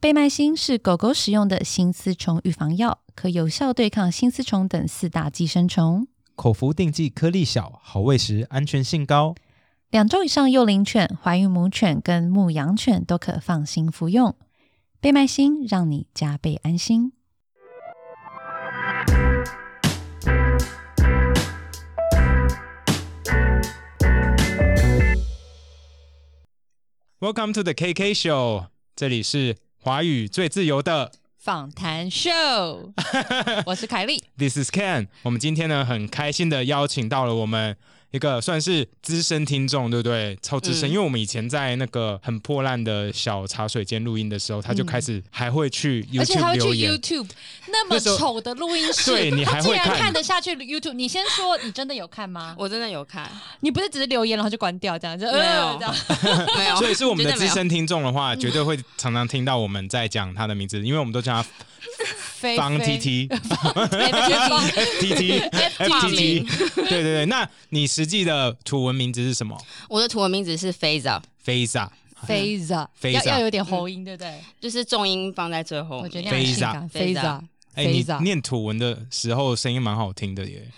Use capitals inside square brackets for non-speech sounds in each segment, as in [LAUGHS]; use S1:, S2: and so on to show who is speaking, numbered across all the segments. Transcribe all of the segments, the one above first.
S1: 贝麦星是狗狗使用的新丝虫预防药，可有效对抗新丝虫等四大寄生虫。
S2: 口服定剂颗粒小，好喂食，安全性高。
S1: 两周以上幼龄犬、怀孕母犬跟牧羊犬都可放心服用。贝麦星让你加倍安心。
S2: Welcome to the KK Show，这里是华语最自由的。
S3: 访谈 [LAUGHS] 秀，我是凯莉。
S2: This is Ken。我们今天呢，很开心的邀请到了我们一个算是资深听众，对不对？超资深，
S3: 嗯
S2: 因为我们以前在那个很破烂的小茶水间录音的时候，他就开始还会去
S3: 嗯而且他
S2: YouTube
S3: 会去
S2: 留言。
S3: YouTube，那么
S2: 那时候
S3: 丑的录音室，
S2: 对你还
S3: 他竟
S2: 会
S3: 然
S2: 看
S3: 看得下去 YouTube？你先说，你真的有看吗？
S4: 我真的
S2: [LAUGHS]
S4: 有看，
S3: [LAUGHS] 你不是只是留言然后就关掉这样，就
S4: 没
S3: 呃
S4: 有
S3: 这样，
S4: 没
S3: 哦
S4: 有，
S2: 所以是我们的
S4: 真没
S2: 资
S4: 有
S2: 深听众的话，绝对会常常听到我们在讲他的名字，因为我们
S3: [LAUGHS]
S2: 都叫他
S3: [LAUGHS] 飞
S2: 方
S3: 飞 [LAUGHS]
S2: T T F [LAUGHS] T T F
S4: 化
S2: T
S4: 名
S2: T。对对对，那你实际的图文名字是什么
S4: 我的图文名字是 Faza，
S2: ？Faza
S3: [LAUGHS] 飞 a
S2: 飞嗯
S3: 要
S2: 子啊
S3: 要有点喉音，对不对？
S4: 就是重音放在最后
S3: 我觉得
S4: 面。
S3: 那样很性
S2: Feiza
S3: 感。飞
S4: Feiza
S3: 子，
S2: 哎、
S3: 飞
S2: 你
S3: 子啊。
S2: 念土文的时候声音蛮好听的耶。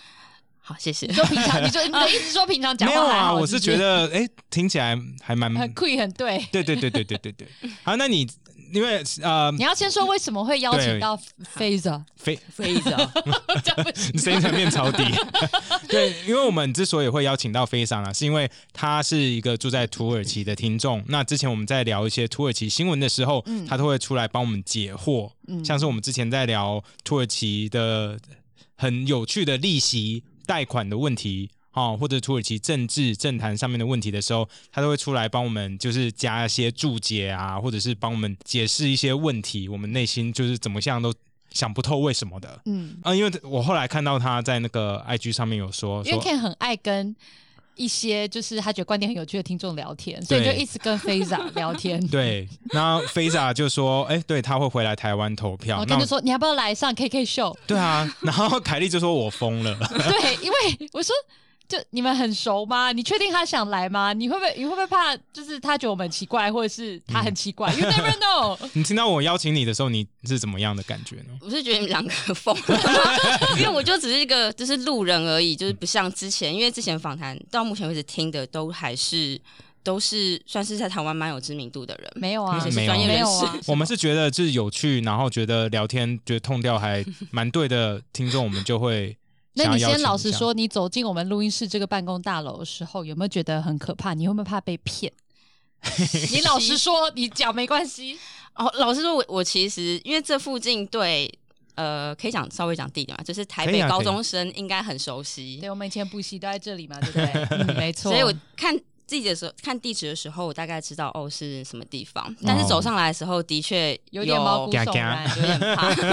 S4: 好，谢谢
S3: 你。说平
S4: [LAUGHS]
S3: 常，你说你的意思说平常讲
S2: 没有
S3: 话还
S2: 啊，
S3: 好
S2: 我
S3: 是
S2: 是
S3: 不
S2: 觉得嗯哎、听起来还蛮……
S3: 很
S2: 对
S3: 酷，很对。
S2: 对对对对对对。好，那你因为呃
S3: 你，要先说为什么会邀请到飞子啊，
S2: 非
S4: Faza，
S3: 这样不行
S2: 声音才变超低。 [LAUGHS] 对，因为我们之所以会邀请到飞桑啊，是因为他是一个住在土耳其的听众。那之前我们在聊一些土耳其新闻的时候，他都会出来帮我们解惑。像是我们之前在聊土耳其的很有趣的利息贷款的问题。哦，或者土耳其政治政坛上面的问题的时候，他都会出来帮我们，就是加一些注解啊，或者是帮我们解释一些问题，我们内心就是怎么想都想不透为什么的。
S3: 嗯，
S2: 啊，因为我后来看到他在那个 IG 上面有说，
S3: 因为
S2: 说
S3: Ken 很爱跟一些就是他觉得观点很有趣的听众聊天，所以就
S2: 对
S3: 一直跟飞子啊聊天。
S2: [LAUGHS] 对，那 Faza 就说，哎、对他会回来台湾投票
S3: 我。
S2: 那
S3: 哦跟就说你要不要来上 KK show？
S2: [LAUGHS] 对啊，然后凯莉就说我疯了， [LAUGHS]
S3: 对，因为我说就你们很熟吗？你确定他想来吗？你会不会你会不会怕就是他觉得我们很奇怪，或者是他很奇怪、y o u never know。
S2: 你听到我邀请你的时候，你是怎么样的感觉呢？
S4: 我是觉得你们两个疯 [LAUGHS] 了，因为我就只是一个就是路人而已，就是不像之前，因为之前访谈到目前为止听的都还是都是算是在台湾蛮有知名度的人，
S3: 没有啊
S4: 而且，
S2: [LAUGHS] 没
S4: 是
S2: 有
S4: 专业
S3: 没
S4: 人
S3: 有
S4: 士。
S3: 啊。
S2: 我们是觉得就是有趣，然后觉得聊天觉得痛调还蛮对的，听众我们就会。
S3: 那你先老实，说，你走进我们录音室这个办公大楼的时候，有没有觉得很可怕？你会不会怕被 [LAUGHS] 骗？你老实说，你讲没关 [LAUGHS] 系。
S4: [LAUGHS] 哦，老实说我，我其实因为这附近对呃，可以讲稍微讲地点嘛，就是台
S2: 可以
S4: 北
S2: 啊
S4: 高
S2: 可以
S4: 中生应该很熟悉。
S3: 对，我们以前补习都在这里嘛，对不对？ [LAUGHS] 嗯、没错。
S4: 所以我看自己的时候，看地址的时候，我大概知道哦是什么地方，但是走上来的时候，的确
S3: 有点毛骨
S2: 嘎
S3: 悚
S2: 嘎
S3: 然。
S4: 有点怕，
S2: 所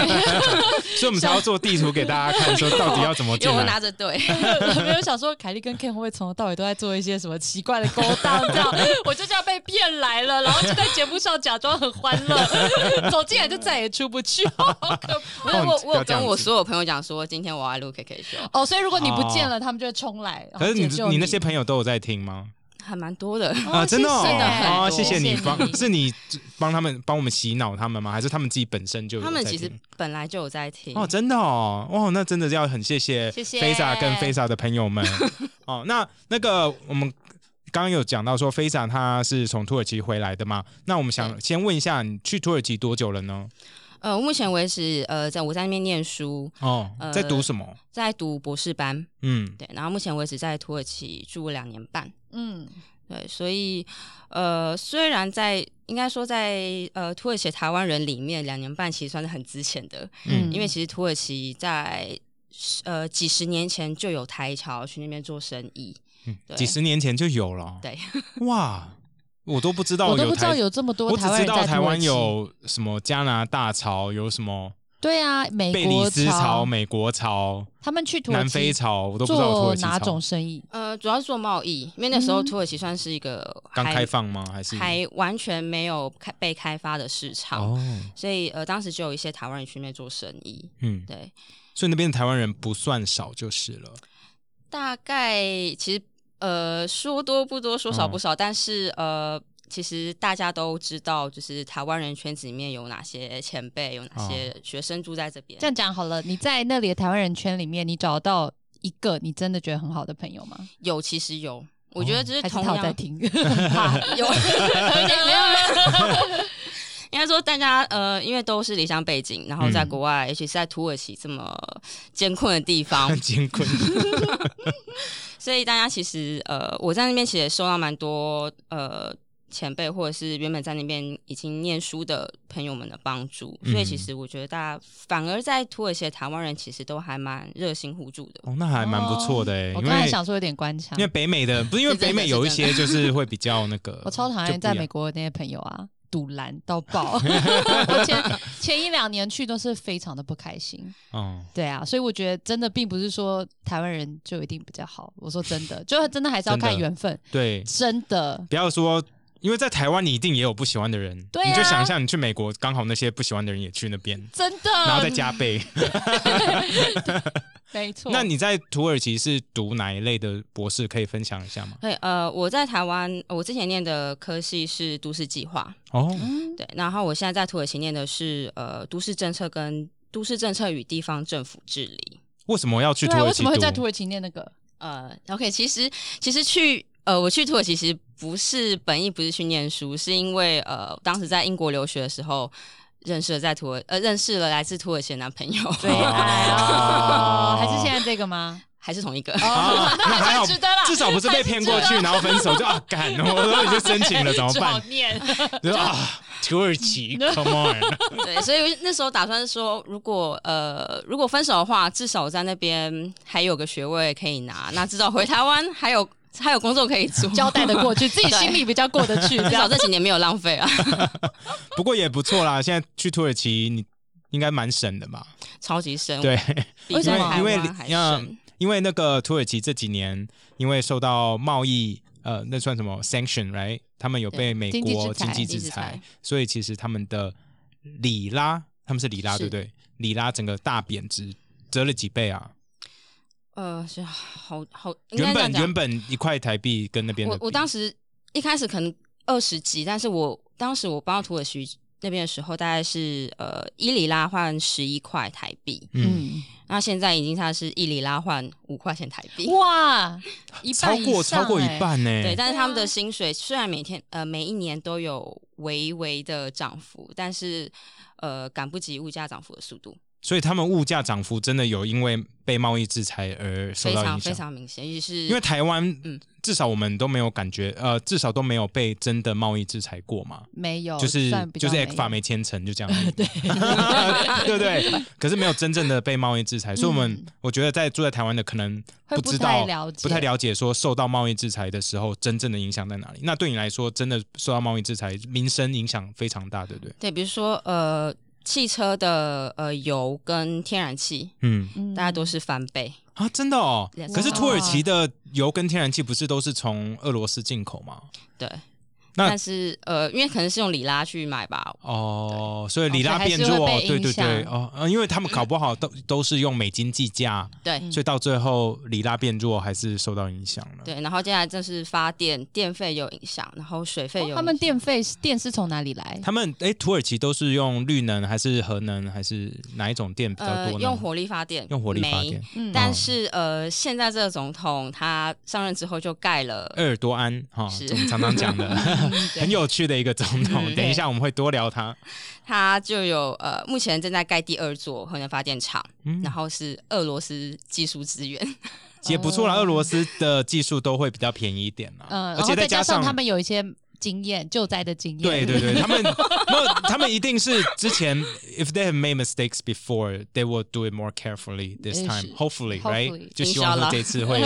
S2: 以我们才要做地图给大家看，说到底要怎么
S4: 因
S2: 进
S4: 为我
S2: 来。
S4: 拿
S2: [LAUGHS]
S4: 着
S3: [LAUGHS]
S4: 对，
S3: 我没有想说，凯莉跟 Ken 会不会从头到尾都在做一些什么奇怪的勾当，这样我就这样被骗来了，然后就在节目上假装很欢 [LAUGHS] 乐，走进来就再也出不去，好可怕
S4: 我
S2: 哦
S4: 我
S2: 不
S4: 我
S2: 要
S4: 有
S2: 这样
S4: 跟我
S2: 子
S4: 所有朋友讲说，今天我要录 KK 秀，
S3: 哦，所以如果你不见了，他们就会冲来。
S2: 可是你
S3: 然后解救
S2: 你
S3: 你
S2: 那些朋友都有在听吗？
S4: 还蛮多的。
S3: 哦
S2: 啊，真的
S3: 谢谢
S2: 哦，哦谢谢
S4: 谢谢
S2: 你
S4: 你
S2: 帮，是你帮他们帮我们洗脑他们吗？还是他们自己本身就有
S4: 他们
S2: 在
S4: 其实
S2: 听
S4: 本来就有在听，
S2: 哦，真的哦，哦，那真的要很谢谢
S4: 谢谢
S2: Fesa 跟 Fesa 的朋友们哦。那那个我们刚刚有讲到说 Fesa 他是从土耳其回来的嘛，那我们想先问一下，你去土耳其多久了呢？
S4: 呃，目前为止，呃，在我在那边念书，
S2: 哦，
S4: 呃
S2: 在读什么？
S4: 在读博士班，
S2: 嗯，
S4: 对，然后目前为止在土耳其住了两年半，
S3: 嗯，
S4: 对，所以呃，虽然在应该说在呃土耳其台湾人里面，两年半其实算是很值钱的，
S2: 嗯
S3: 嗯，
S4: 因为其实土耳其在十呃几十年前就有台侨去那边做生意，
S2: 嗯
S4: 对
S2: 几十年前就有了。
S4: 对，
S2: [LAUGHS] 哇，我都不知道
S3: 我都
S2: 有
S3: 不知道
S2: 台，
S3: 有这么多
S2: 我只
S3: 台湾
S2: 知
S3: 人在
S2: 道台
S3: 土耳
S2: 湾
S3: 其
S2: 有什么加拿大潮，有什么
S3: 对啊，美
S2: 贝
S3: 国
S2: 里斯潮、美国潮、
S3: 他们去土耳
S2: 南
S3: 其
S2: 非潮，我都不知道有土
S3: 做
S2: 耳其
S3: 哪
S2: 潮
S3: 种。生意？
S4: 呃，主要是做贸易，因为那时候
S3: 嗯
S4: 土耳其算是一个
S2: 刚
S4: 还
S2: 开放吗？还是
S4: 还完全没有开被开发的市场，
S2: 哦，
S4: 所以呃当时就有一些台湾人去那边做生意，
S2: 嗯，
S4: 对，
S2: 所以那边的台湾人不算少就是了。
S4: 大概其实呃说多不多，说少不少，但是呃其实大家都知道，就是台湾人圈子里面有哪些前辈，有哪些学生住在这边。
S1: 这样讲好了，你在那里的台湾人圈里面，你找到一个你真的觉得很好的朋友吗？
S4: 有，其实有。我觉得就是
S1: 还是
S4: 同
S1: 他有在
S4: 样
S1: 听？
S4: [LAUGHS] 怕
S3: [LAUGHS]
S4: 有，没有 [LAUGHS] 没有。应该说，大家呃，因为都是离乡背景，然后在
S2: 嗯
S4: 国外，尤其是在土耳其这么艰困的地
S2: [LAUGHS]
S4: 方
S2: 很，艰困。
S4: 所以大家其实呃，我在那边其实也受到蛮多呃前辈或者是原本在那边已经念书的朋友们的帮助，所以
S2: 嗯
S4: 其实我觉得大家反而在土耳其的台湾人其实都还蛮热心互助的。
S2: 哦，那还蛮不错的欸，
S1: 哦
S3: 哦
S1: 我
S2: 因
S1: 刚才
S2: 为
S1: 想说有点官腔
S2: 因为，北美的不是因为
S4: 是真的
S2: 北美有一些就是会比较那
S3: [LAUGHS]
S2: 个，
S1: 我超讨厌
S2: 就不一样
S1: 在美国的那些朋友啊，堵拦到爆。 [LAUGHS] 我前前一两年去都是非常的不开心。
S2: 哦，
S1: 对啊，所以我觉得真的并不是说台湾人就一定比较好。我说真
S2: [LAUGHS]
S1: 的，就真的还是要
S2: 真的
S1: 看缘分，
S2: 对，
S1: 真的。
S2: 不要说。因为在台湾，你一定也有不喜欢的人，
S1: 对啊
S2: 你就想象你去美国，刚好那些不喜欢的人也去那边，
S1: 真的，
S3: 嗯
S2: 然后再加倍。
S1: 没错。
S2: 那你在土耳其是读哪一类的博士？可以分享一下吗？
S4: 对，呃，我在台湾，我之前念的科系是都市计划，
S2: 哦，
S1: 嗯
S4: 对，然后我现在在土耳其念的是呃都市政策跟都市政策与地方政府治理。
S2: 为什么要去
S1: 对
S2: 土
S1: 啊，
S2: 耳
S1: 为什
S2: 其
S1: 么
S2: 读？
S1: 会在土耳其念那个？
S4: 呃，OK，其实其实去呃我去土耳其其实不是本意不是去念书，是因为呃当时在英国留学的时候。认识了在土耳呃认识了来自土耳其的男朋友，
S2: 对哎呀
S1: 哦， [LAUGHS] 还是现在这个吗？
S4: 还是同一个。
S2: 啊，那还好
S3: 值得啦，
S2: 至少不是被骗过去，然后分手就啊，干！我都已经申请了，怎么
S3: 只好
S2: 办？
S3: 念。
S2: 就说啊，土
S1: [LAUGHS]
S2: 耳其，Come on！
S4: [LAUGHS] 对，所以我那时候打算说，如果呃如果分手的话，至少我在那边还有个学位可以拿，那至少回台湾还有还有工作可以做，
S1: 交代的过去，
S2: [LAUGHS]
S1: 自己心里比较过得去，这
S4: 至少
S1: 样。
S4: 这几年没有浪费啊，
S2: 不过也不错啦，现在去土耳其你应该蛮省的吧？
S4: 超级深，
S2: 对，
S4: 比
S1: 为什
S4: 在
S1: 么
S4: 台
S2: 因为
S4: 湾还
S2: 要
S4: 深。
S2: 因为那个土耳其这几年因为受到贸易呃，那算什么 sanction right？他们有被美
S1: 经济
S2: 国
S1: 制裁
S2: 经济
S4: 经
S2: 制
S4: 济制
S2: 裁
S4: 裁，
S2: 所以其实他们的里拉，他们是里拉
S4: 是
S2: 对不对？里拉整个大贬值，折了几倍啊！
S4: 呃，是好好，应
S2: 原
S4: 该这样
S2: 本
S4: 讲
S2: 原本一块台币跟那边的
S4: 我
S2: 比，
S4: 我当时一开始可能二十几，但是我当时我搬到土耳其那边的时候，大概是呃伊里拉换十一块台币，
S2: 嗯，
S1: 嗯，
S4: 那现在已经它是伊里拉换五块钱台币。
S1: 哇，一
S2: 超
S1: 半以
S2: 过
S1: 上
S2: 超过一
S1: 欸，
S2: 半呢、
S4: 对，但是
S3: 对
S4: 他们
S3: 啊
S4: 的薪水虽然每天呃每一年都有微微的涨幅，但是呃赶不及物价涨幅的速度，
S2: 所以他们物价涨幅真的有因为被贸易制裁而受
S4: 非
S2: 到
S4: 常
S2: 影
S4: 非
S2: 响。
S4: 常明显，尤其是
S2: 因为台湾，
S4: 嗯
S2: 至少我们都没有感觉，呃，至少都没有被真的贸易制裁过嘛，
S1: 没有，
S2: 就是
S1: 哦算比
S2: 就
S1: 较
S2: 是
S1: 没
S2: X 法
S1: 有
S2: 没签成，就这
S1: [LAUGHS]
S2: 样而已，对 [LAUGHS] 对不对？可是没有真正的被贸易制裁，所以我们我觉得在住在台湾的可能
S1: 嗯会
S2: 知
S1: 太
S2: 道。
S1: 了解，
S2: 不太了解说受到贸易制裁的时候真正的影响在哪里？那对你来说，真的受到贸易制裁，民生影响非常大，对不对？
S4: 对，比如说呃汽车的呃油跟天然气，
S2: 嗯
S1: 嗯，
S4: 大家都是翻倍，
S2: 啊，真的哦。
S4: Yes
S2: 可是土耳其的油跟天然气不是都是从俄罗斯进口吗？
S4: 对。
S2: 那
S4: 但是呃，因为可能是用里拉去买吧，
S2: 哦，所以里
S1: 哦
S2: 拉
S1: 所以还是
S2: 变弱，
S1: 会被
S2: 对对
S1: 影响
S2: 对，哦、呃因为他们考不好都都是用美金计价，
S4: 对、
S1: 嗯
S2: 所以到最后里拉变弱还是受到影响了。
S4: 对。然后接下来就是发电，电费有影响，然后水费有
S1: 哦
S4: 影响、
S1: 他们电费电是从哪里来？
S2: 他们哎，土耳其都是用绿能还是核能还是哪一种电比较多
S4: 呃
S2: 呢？
S4: 用火力发电，
S2: 用火力发
S4: 煤
S2: 电。。
S1: 嗯
S2: [LAUGHS]
S4: 但是呃，现在这个总统他上任之后就盖了，
S2: 鄂尔多安哈，
S4: 是
S2: 我们常常讲的，
S1: [LAUGHS]
S2: [LAUGHS]
S1: 嗯
S2: 很有趣的一个总统。
S4: 嗯
S2: 等一下我们会多聊他。
S4: 他就有呃，目前正在盖第二座核能发电厂，
S2: 嗯
S4: 然后是俄罗斯技术资源，
S2: 也不错啦，
S1: 哦
S2: 俄罗斯的技术都会比较便宜一点啦，
S1: 嗯，
S2: 而
S1: 然后
S2: 且
S1: 再
S2: 加
S1: 加上他们有一些经验，救灾的经验，
S2: 对对对，他们那他们一定是之前 if they have made mistakes before, they will do it more carefully this
S1: 也
S2: time,
S1: 许
S2: hopefully, right？
S1: Hopefully
S2: 就希望说
S4: Inshallah
S2: 这次
S4: [LAUGHS]
S2: 会。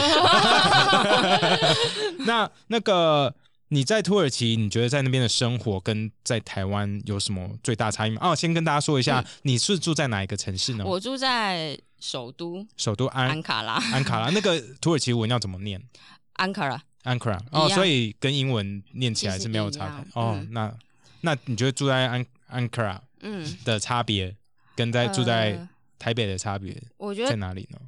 S2: 那那个你在土耳其，你觉得在那边的生活跟在台湾有什么最大差异吗？哦，先跟大家说一下，你是住在哪一个城市呢？
S4: 嗯 [LAUGHS] 我住在首都
S2: 首都安
S4: 安卡拉，
S2: 安卡拉，那个土耳其文要怎么念？
S4: 安卡啊拉。
S2: Ankara
S4: 一
S2: 哦，
S4: 样
S2: 所以跟英文念起来是没有差别
S4: 其实一样
S2: 哦
S4: 嗯。
S2: 那那你觉得住在安 Ankara
S4: 嗯，
S2: 的差别，跟在住在
S4: 呃
S2: 台北的差别
S4: 我觉
S2: 在
S4: 得
S2: 哪里呢？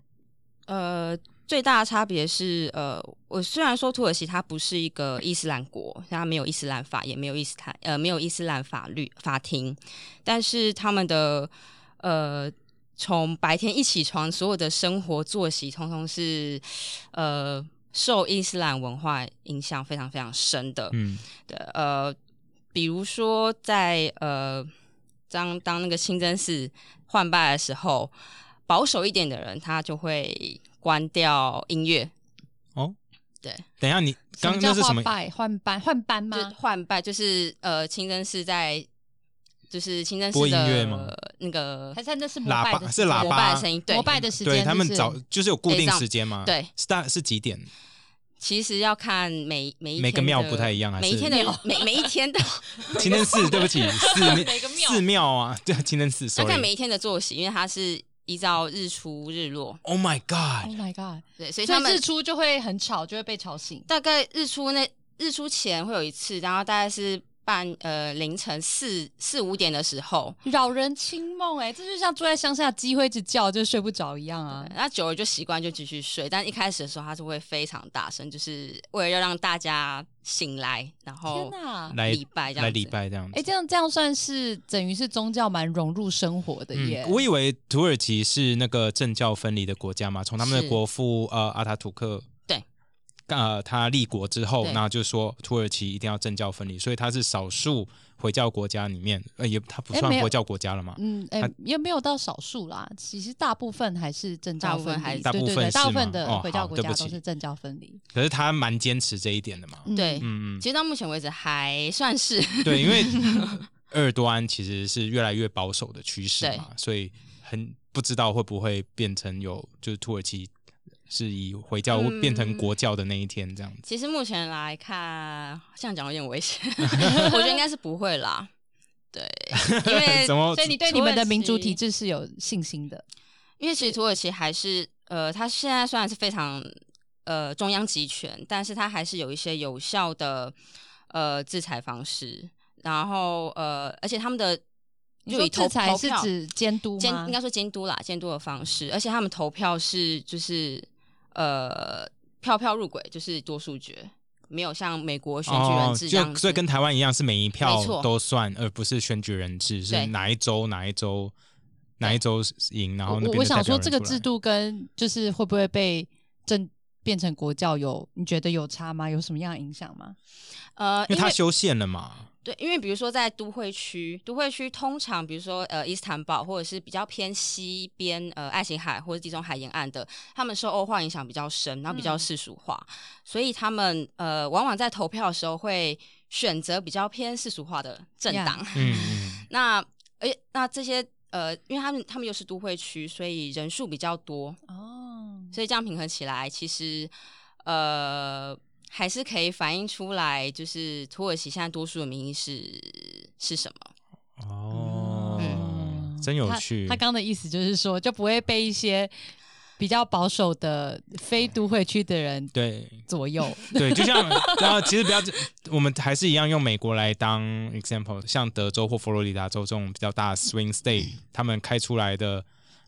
S4: 呃，最大的差别是，呃，我虽然说土耳其它不是一个伊斯兰国，它没有伊斯兰法，也没有伊斯兰呃没有伊斯兰法律法庭，但是他们的呃从白天一起床，所有的生活作息通通是呃受伊斯兰文化影响非常非常深的。
S2: 嗯，
S4: 的呃，比如说在呃，当当那个清真寺换拜的时候，保守一点的人他就会关掉音乐，
S2: 哦等一下你刚刚那是什
S3: 换？
S2: 么
S3: 拜换班换班
S4: 就
S3: 吗？
S4: 换拜就是呃，清真寺在就是清真
S2: 播
S4: 寺
S2: 音乐吗
S4: 的那个
S3: 还是那是膜
S2: 喇
S3: 拜
S2: 叭
S3: 的
S2: 是喇
S4: 膜
S2: 叭
S4: 拜的声音，对
S3: 膜，拜的时间，
S2: 对他们
S3: 就是
S2: 早就是有固
S4: 对
S2: 定
S4: 上
S2: 时间吗？
S4: 对，
S2: 是大是几点？
S4: 其实要看每每一
S2: 每个
S4: 天
S2: 庙
S4: 的
S2: 不太一样还
S4: 每一
S2: 是
S4: 天的每每一天
S2: [LAUGHS]
S4: 的
S2: 清真
S4: [LAUGHS]
S2: 寺，对不起，寺
S3: 每个庙
S2: 寺庙啊，对，清真寺。
S4: 要
S2: sorry
S4: 看每一天的作息，因为它是依照日出日落，
S2: Oh my God！
S3: Oh my god！
S4: 对，所以
S3: 所
S4: 他
S3: 以
S4: 们
S3: 日出就会很吵，就会被吵醒。
S4: 大概日出那日出前会有一次，然后大概是半呃凌晨四四五点的时候，
S3: 扰人清梦哎、这就像住在乡下鸡会一直叫就睡不着一样啊。
S4: 那久了就习惯就继续睡，但一开始的时候它是会非常大声，就是为了要让大家醒来，
S3: 天
S4: 然后
S3: 哪！
S2: 来
S4: 哦礼拜这样
S2: 来
S4: 子。
S2: 礼拜这样
S3: 哎、
S2: 子。
S3: 这样这样算是等于是宗教蛮融入生活的耶。
S2: 嗯我以为土耳其是那个政教分离的国家嘛，从他们的
S4: 是
S2: 国父呃阿塔图克
S4: 对，
S2: 呃他立国之后，
S4: 对
S2: 那就说土耳其一定要政教分离，所以他是少数回教国家里面，呃也他不
S3: 哎
S2: 算
S3: 没有
S2: 回教国家了嘛，
S3: 嗯，哎、
S2: 他
S3: 也没有到少数啦，其实大部分还是政教
S4: 大部分
S3: 分
S4: 还
S3: 离，
S4: 是
S2: 大
S3: 对
S2: 部
S3: 对
S2: 分
S3: 对，
S2: 是
S3: 大部
S2: 吗
S3: 分的
S2: 哦
S3: 回教
S2: 好
S3: 国
S2: 对
S3: 家
S2: 不
S3: 都
S2: 起
S3: 是政教分离。
S2: 可是他蛮坚持这一点的嘛，
S3: 嗯
S4: 对，
S2: 嗯嗯，
S4: 其实到目前为止还算是
S2: 对，
S3: [LAUGHS]
S2: 因为鄂多安其实是越来越保守的趋势嘛，所以很不知道会不会变成有就是土耳其是以回教
S4: 嗯
S2: 变成国教的那一天这样子。
S4: [LAUGHS] 其实目前来看，这样讲有点
S2: [LAUGHS]
S4: 危险， [LAUGHS] 我觉得应该是不会啦。对，因
S2: [LAUGHS]
S4: 为
S2: 怎么
S3: 所以你对
S4: 土
S3: 你们
S4: 耳
S3: 的民主
S4: 其
S3: 体制是有信心的，
S4: 因为其实土耳其还是呃，它现在虽然是非常呃中央集权，但是它还是有一些有效的呃制裁方式。然后呃，而且他们的
S3: 你
S4: 就
S3: 说
S4: 以投
S3: 制裁
S4: 投
S3: 是
S4: 票
S3: 指监督
S4: 监
S3: 吗
S4: 应？该说监督啦，监督的方式，而且他们投票是就是呃票票入轨，就是多数决，没有像美国选举人
S2: 哦，
S4: 制这样
S2: 就
S4: 子。
S2: 所以跟台湾一样，是每一
S4: 没
S2: 票
S4: 错
S2: 都算，而不是选举人制，是
S4: 对
S2: 哪一周哪一周哪一周赢，然后
S3: 我
S2: 那边
S3: 我
S2: 的代
S3: 想
S2: 表
S3: 说，
S2: 人
S3: 这个
S2: 出来
S3: 制度跟就是会不会被政变成国教有你觉得有差吗？有什么样的影响吗？
S4: 呃，
S2: 因为
S4: 因为
S2: 他修宪了嘛，
S4: 对，因为比如说在都会区，都会区通常比如说呃伊斯坦堡或者是比较偏西边呃爱琴海或者地中海沿岸的，他们受欧化影响比较深，然后比较
S3: 嗯
S4: 世俗化，所以他们呃往往在投票的时候会选择比较偏世俗化的政
S3: Yeah
S4: 党。 [LAUGHS]
S2: 嗯嗯，
S4: 那而且那这些呃，因为他们他们又是都会区，所以人数比较多，
S3: 哦，
S4: 所以这样平衡起来，其实呃还是可以反映出来，就是土耳其现在多数的民意是是什么？
S2: 哦，
S3: 嗯
S2: 嗯真有趣
S3: 他。刚的意思就是说，就不会被一些比较保守的非都会区的人
S2: 对
S3: 左
S2: [LAUGHS]
S3: 右。
S2: 对，就像然后其实不要，我们还是一样用美国来当 example，像德州或佛罗里达州这种比较大的 swing state，他们开出来的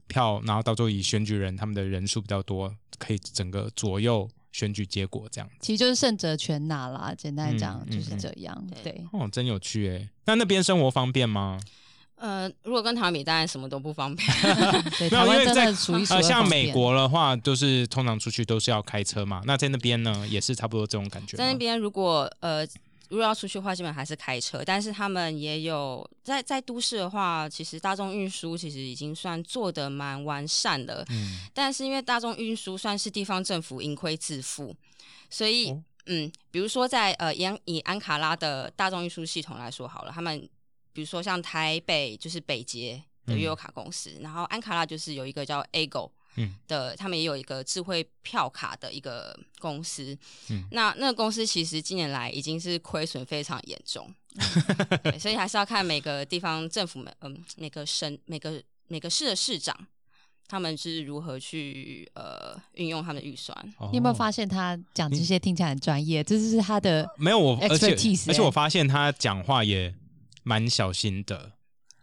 S2: 票，然后到最后以选举人他们的人数比较多，可以整个左右选举结果这样。
S3: 其实就是胜者全拿啦，简单讲
S2: 嗯
S3: 就是
S2: 嗯
S3: 这样。
S4: 对
S3: 对，
S2: 哦，真有趣诶。那那边生活方便吗？
S4: 呃，如果跟台湾比，当然什么都不方便。
S3: 对，
S2: [LAUGHS] 没有
S3: 台湾
S2: 因为
S3: 真
S2: 在
S3: 的数一数
S2: 呃，
S3: 二
S2: 像
S3: 方
S2: 美
S3: 便
S2: 国的话，就是通常出去都是要开车嘛。那在那边呢，也是差不多这种感觉吗。
S4: 在那边如果呃如果要出去的话，基本还是开车，但是他们也有在在都市的话，其实大众运输其实已经算做的蛮完善了。
S2: 嗯，
S4: 但是因为大众运输算是地方政府盈亏自负，所以、
S2: 哦
S4: 嗯，比如说在呃以安以安卡拉的大众运输系统来说好了，他们比如说像台北就是北捷的
S2: 嗯
S4: 悠游卡公司，然后安卡拉就是有一个叫 AGO。
S2: 嗯
S4: 的，他们也有一个智慧票卡的一个公司，
S2: 嗯
S4: 那那个公司其实近年来已经是亏损非常严重，嗯对所以还是要看每个地方政府们，嗯，每个省、每个每个市的市长，他们是如何去呃运用他们的预算。
S2: 哦
S3: 你有没有发现他讲这些听起来很专业？这是他的
S2: 没有我，而且
S3: expertise，
S2: 而且
S3: 欸
S2: 我发现他讲话也蛮小心的，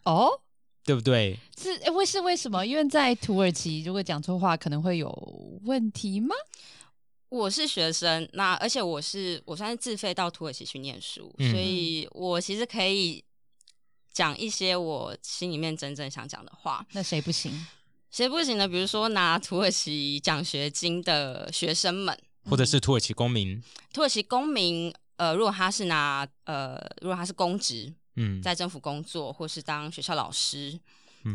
S3: 哦，
S2: 对不对？
S3: 是诶为是为什么？因为在土耳其，如果讲错话可能会有问题吗？
S4: 我是学生，那而且我是我算是自费到土耳其去念书，
S2: 嗯
S4: 所以我其实可以讲一些我心里面真正想讲的话。
S1: 那谁不行？
S4: 谁不行呢？比如说拿土耳其奖学金的学生们，
S2: 或者是土耳其公民，
S4: 土耳其公民，呃，如果他是拿呃，如果他是公职，
S2: 嗯，
S4: 在政府工作或是当学校老师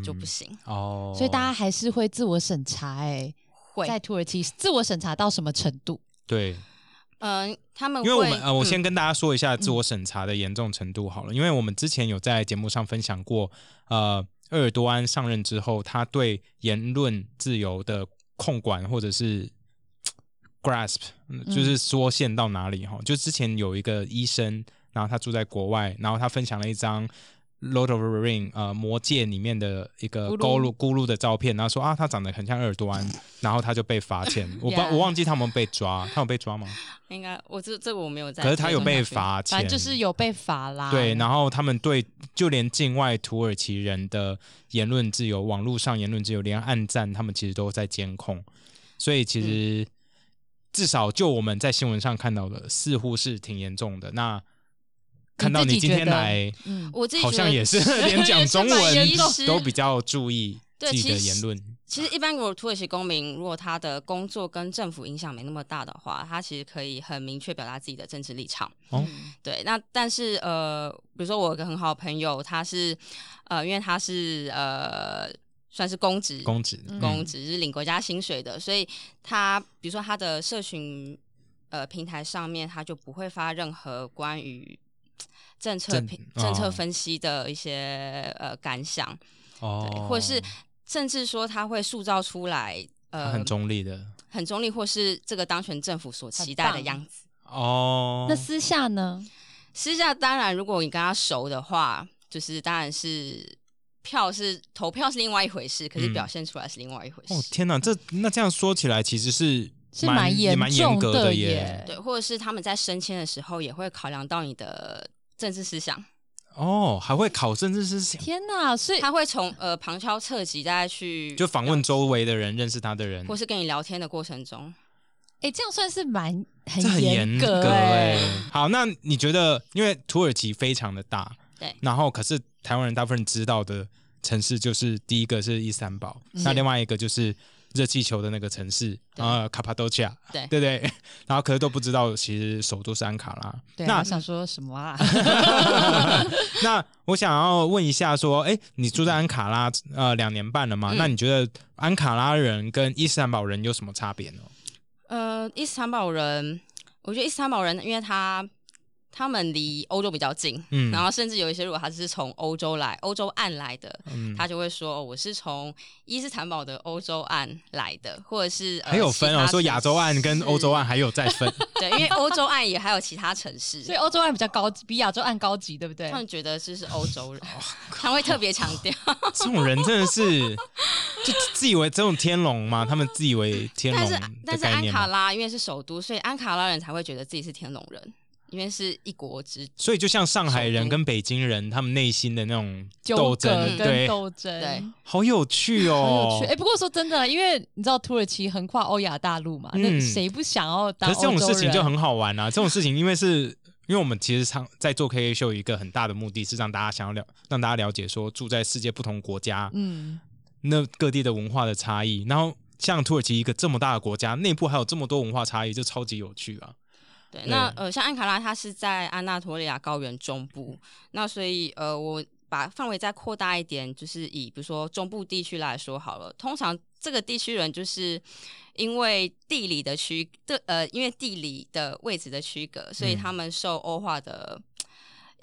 S4: 就不行，
S2: 嗯哦，
S1: 所以大家还是会自我审查、欸，
S4: 会
S1: 在土耳其自我审查到什么程度？
S2: 对，
S4: 嗯、呃他们
S2: 因为我们
S4: 会
S2: 呃，我
S4: 嗯
S2: 先跟大家说一下自我审查的严重程度好了，因为我们之前有在节目上分享过，呃，鄂尔多安上任之后，他对言论自由的控管或者是 grasp，嗯就是缩限到哪里哈、就之前有一个医生，然后他住在国外，然后他分享了一张。Lord of the Ring，呃，魔戒里面的一个
S3: 咕噜
S2: 咕噜咕噜的照片，然后说啊，他长得很像鄂尔多安，然后他就被罚钱。我不知道
S4: Yeah
S2: 我忘记他们被抓，他有被抓吗？
S4: 应该我这这个我没有在，
S2: 可是他有被
S4: 没
S2: 罚钱，
S1: 反正就是有被罚啦。嗯
S2: 对，然后他们对就连境外土耳其人的言论自由、网络上言论自由，连暗战他们其实都在监控，所以其实、嗯至少就我们在新闻上看到的，似乎是挺严重的。那看到
S1: 你自己
S2: 你今
S1: 觉
S2: 天
S1: 得
S2: 来，
S1: 嗯，
S4: 我自己
S2: 好
S4: 觉
S2: 像
S4: 得
S2: 也 [LAUGHS] 是连讲
S4: [LAUGHS]
S2: 中
S4: 也
S2: 文
S4: 是蛮严重
S2: 都比较注意
S4: 对
S2: 自己的
S4: 其实
S2: 言论。
S4: 其实一般如果土耳其公民，如果他的工作跟政府影响没那么大的话，他其实可以很明确表达自己的政治立场。
S2: 哦
S4: 对，那但是呃，比如说我有个很好的朋友，他是呃，因为他是呃，算是公职
S2: 公嗯职，
S4: 公职是领国家薪水的，所以他比如说他的社群呃平台上面，他就不会发任何关于。政策
S2: 政
S4: 评政策
S2: 哦
S4: 分析的一些、呃感想，
S2: 哦
S4: 对，或者是甚至说他会塑造出来
S2: 他
S4: 呃
S2: 很中立的
S4: 很中立，或是这个当权政府所期待的样子。
S2: 哦。
S1: 那私下呢？
S4: 私下当然，如果你跟他熟的话，就是当然是票是投票是另外一回事，可是
S2: 嗯
S4: 表现出来是另外一回事。
S2: 哦天哪，这那这样说起来，其实是
S1: 是
S2: 蛮
S1: 蛮
S2: 也
S1: 严
S2: 蛮
S1: 重
S2: 严格
S1: 的
S2: 耶。
S4: 对，或者是他们在升迁的时候也会考量到你的政治思想，
S2: 哦，还会考政治思想，
S1: 天哪！所以
S4: 他会从呃旁敲侧击大家去
S2: 哎就访问周围的人，认识他的人，
S4: 或是跟你聊天的过程中，
S1: 哎、这样算是蛮很
S2: 这很严
S1: 严
S2: 格
S1: 哎、
S2: 哎、好，那你觉得，因为土耳其非常的大，
S4: 对
S2: 然后可是台湾人大部分知道的城市就是第一个是伊斯坦堡，那另外一个就是热气球的那个城市
S4: 对
S2: 啊，卡帕多奇亚，
S4: 对
S2: 对不 [LAUGHS] 对，然后可是都不知道，其实首都是安卡拉。
S1: 对啊，
S2: 那
S1: 我想说什么 [LAUGHS] 啊？
S2: 那我想要问一下，说，哎，你住在安卡拉呃两年半了嘛？
S4: 嗯
S2: 那你觉得安卡拉人跟伊斯坦堡人有什么差别呢？
S4: 呃，伊斯坦堡人，我觉得伊斯坦堡人，因为他他们离欧洲比较近，
S2: 嗯
S4: 然后甚至有一些如果他是从欧洲来、欧洲岸来的，
S2: 嗯，
S4: 他就会说、哦我是从伊斯坦堡的欧洲岸来的，或者是、呃、
S2: 还有分哦，
S4: 其他
S2: 说亚洲岸跟欧洲岸
S4: 城
S2: 还有再
S4: [LAUGHS]
S2: 分。
S4: 市，对，因为欧洲岸也还有其他城市，
S1: 所以欧洲岸比较高级，比亚洲岸高级，对不对
S4: 他？们觉得这是欧洲人，
S2: 哦
S4: 他会特别强调，
S2: 这种人真的是就自以为这种天龙嘛，他们自以为天
S4: 但
S2: 龙
S4: 是
S2: 的
S4: 但是
S2: 概
S4: 安
S2: 念
S4: 卡
S2: 嘛，
S4: 拉因为是首都，所以安卡拉人才会觉得自己是天龙人，因为是一国之
S2: 所以就像上海人
S4: 首都
S2: 跟北京人他们内心的那种斗
S1: 纠
S2: 争，
S1: 葛跟
S2: 对，
S1: 斗争，
S4: 对
S2: 好有趣
S1: 很
S2: 哦
S1: 有趣。哎、。不过说真
S3: 啊
S1: 的，因为你知道土耳其横跨欧亚大陆嘛，
S2: 嗯
S1: 那谁不想要当
S2: 可
S1: 欧洲
S2: 是这
S1: 人？
S2: 种事情就很好玩啊！ [LAUGHS] 这种事情因为是，因为我们其实常在做 K K 秀，一个很大的目的是让大家想要了，让大家了解说住在世界不同国家，
S1: 嗯，
S2: 那各地的文化的差异，然后像土耳其一个这么大的国家，内部还有这么多文化差异，就超级有趣啊！
S4: 对，
S2: 对
S4: 那呃，像安卡拉，它是在安纳托利亚高原中部，那所以呃，我把范围再扩大一点，就是以比如说中部地区来说好了。通常这个地区人就是因为地理的区的呃，因为地理的位置的区隔，所以
S2: 嗯
S4: 他们受欧化的呃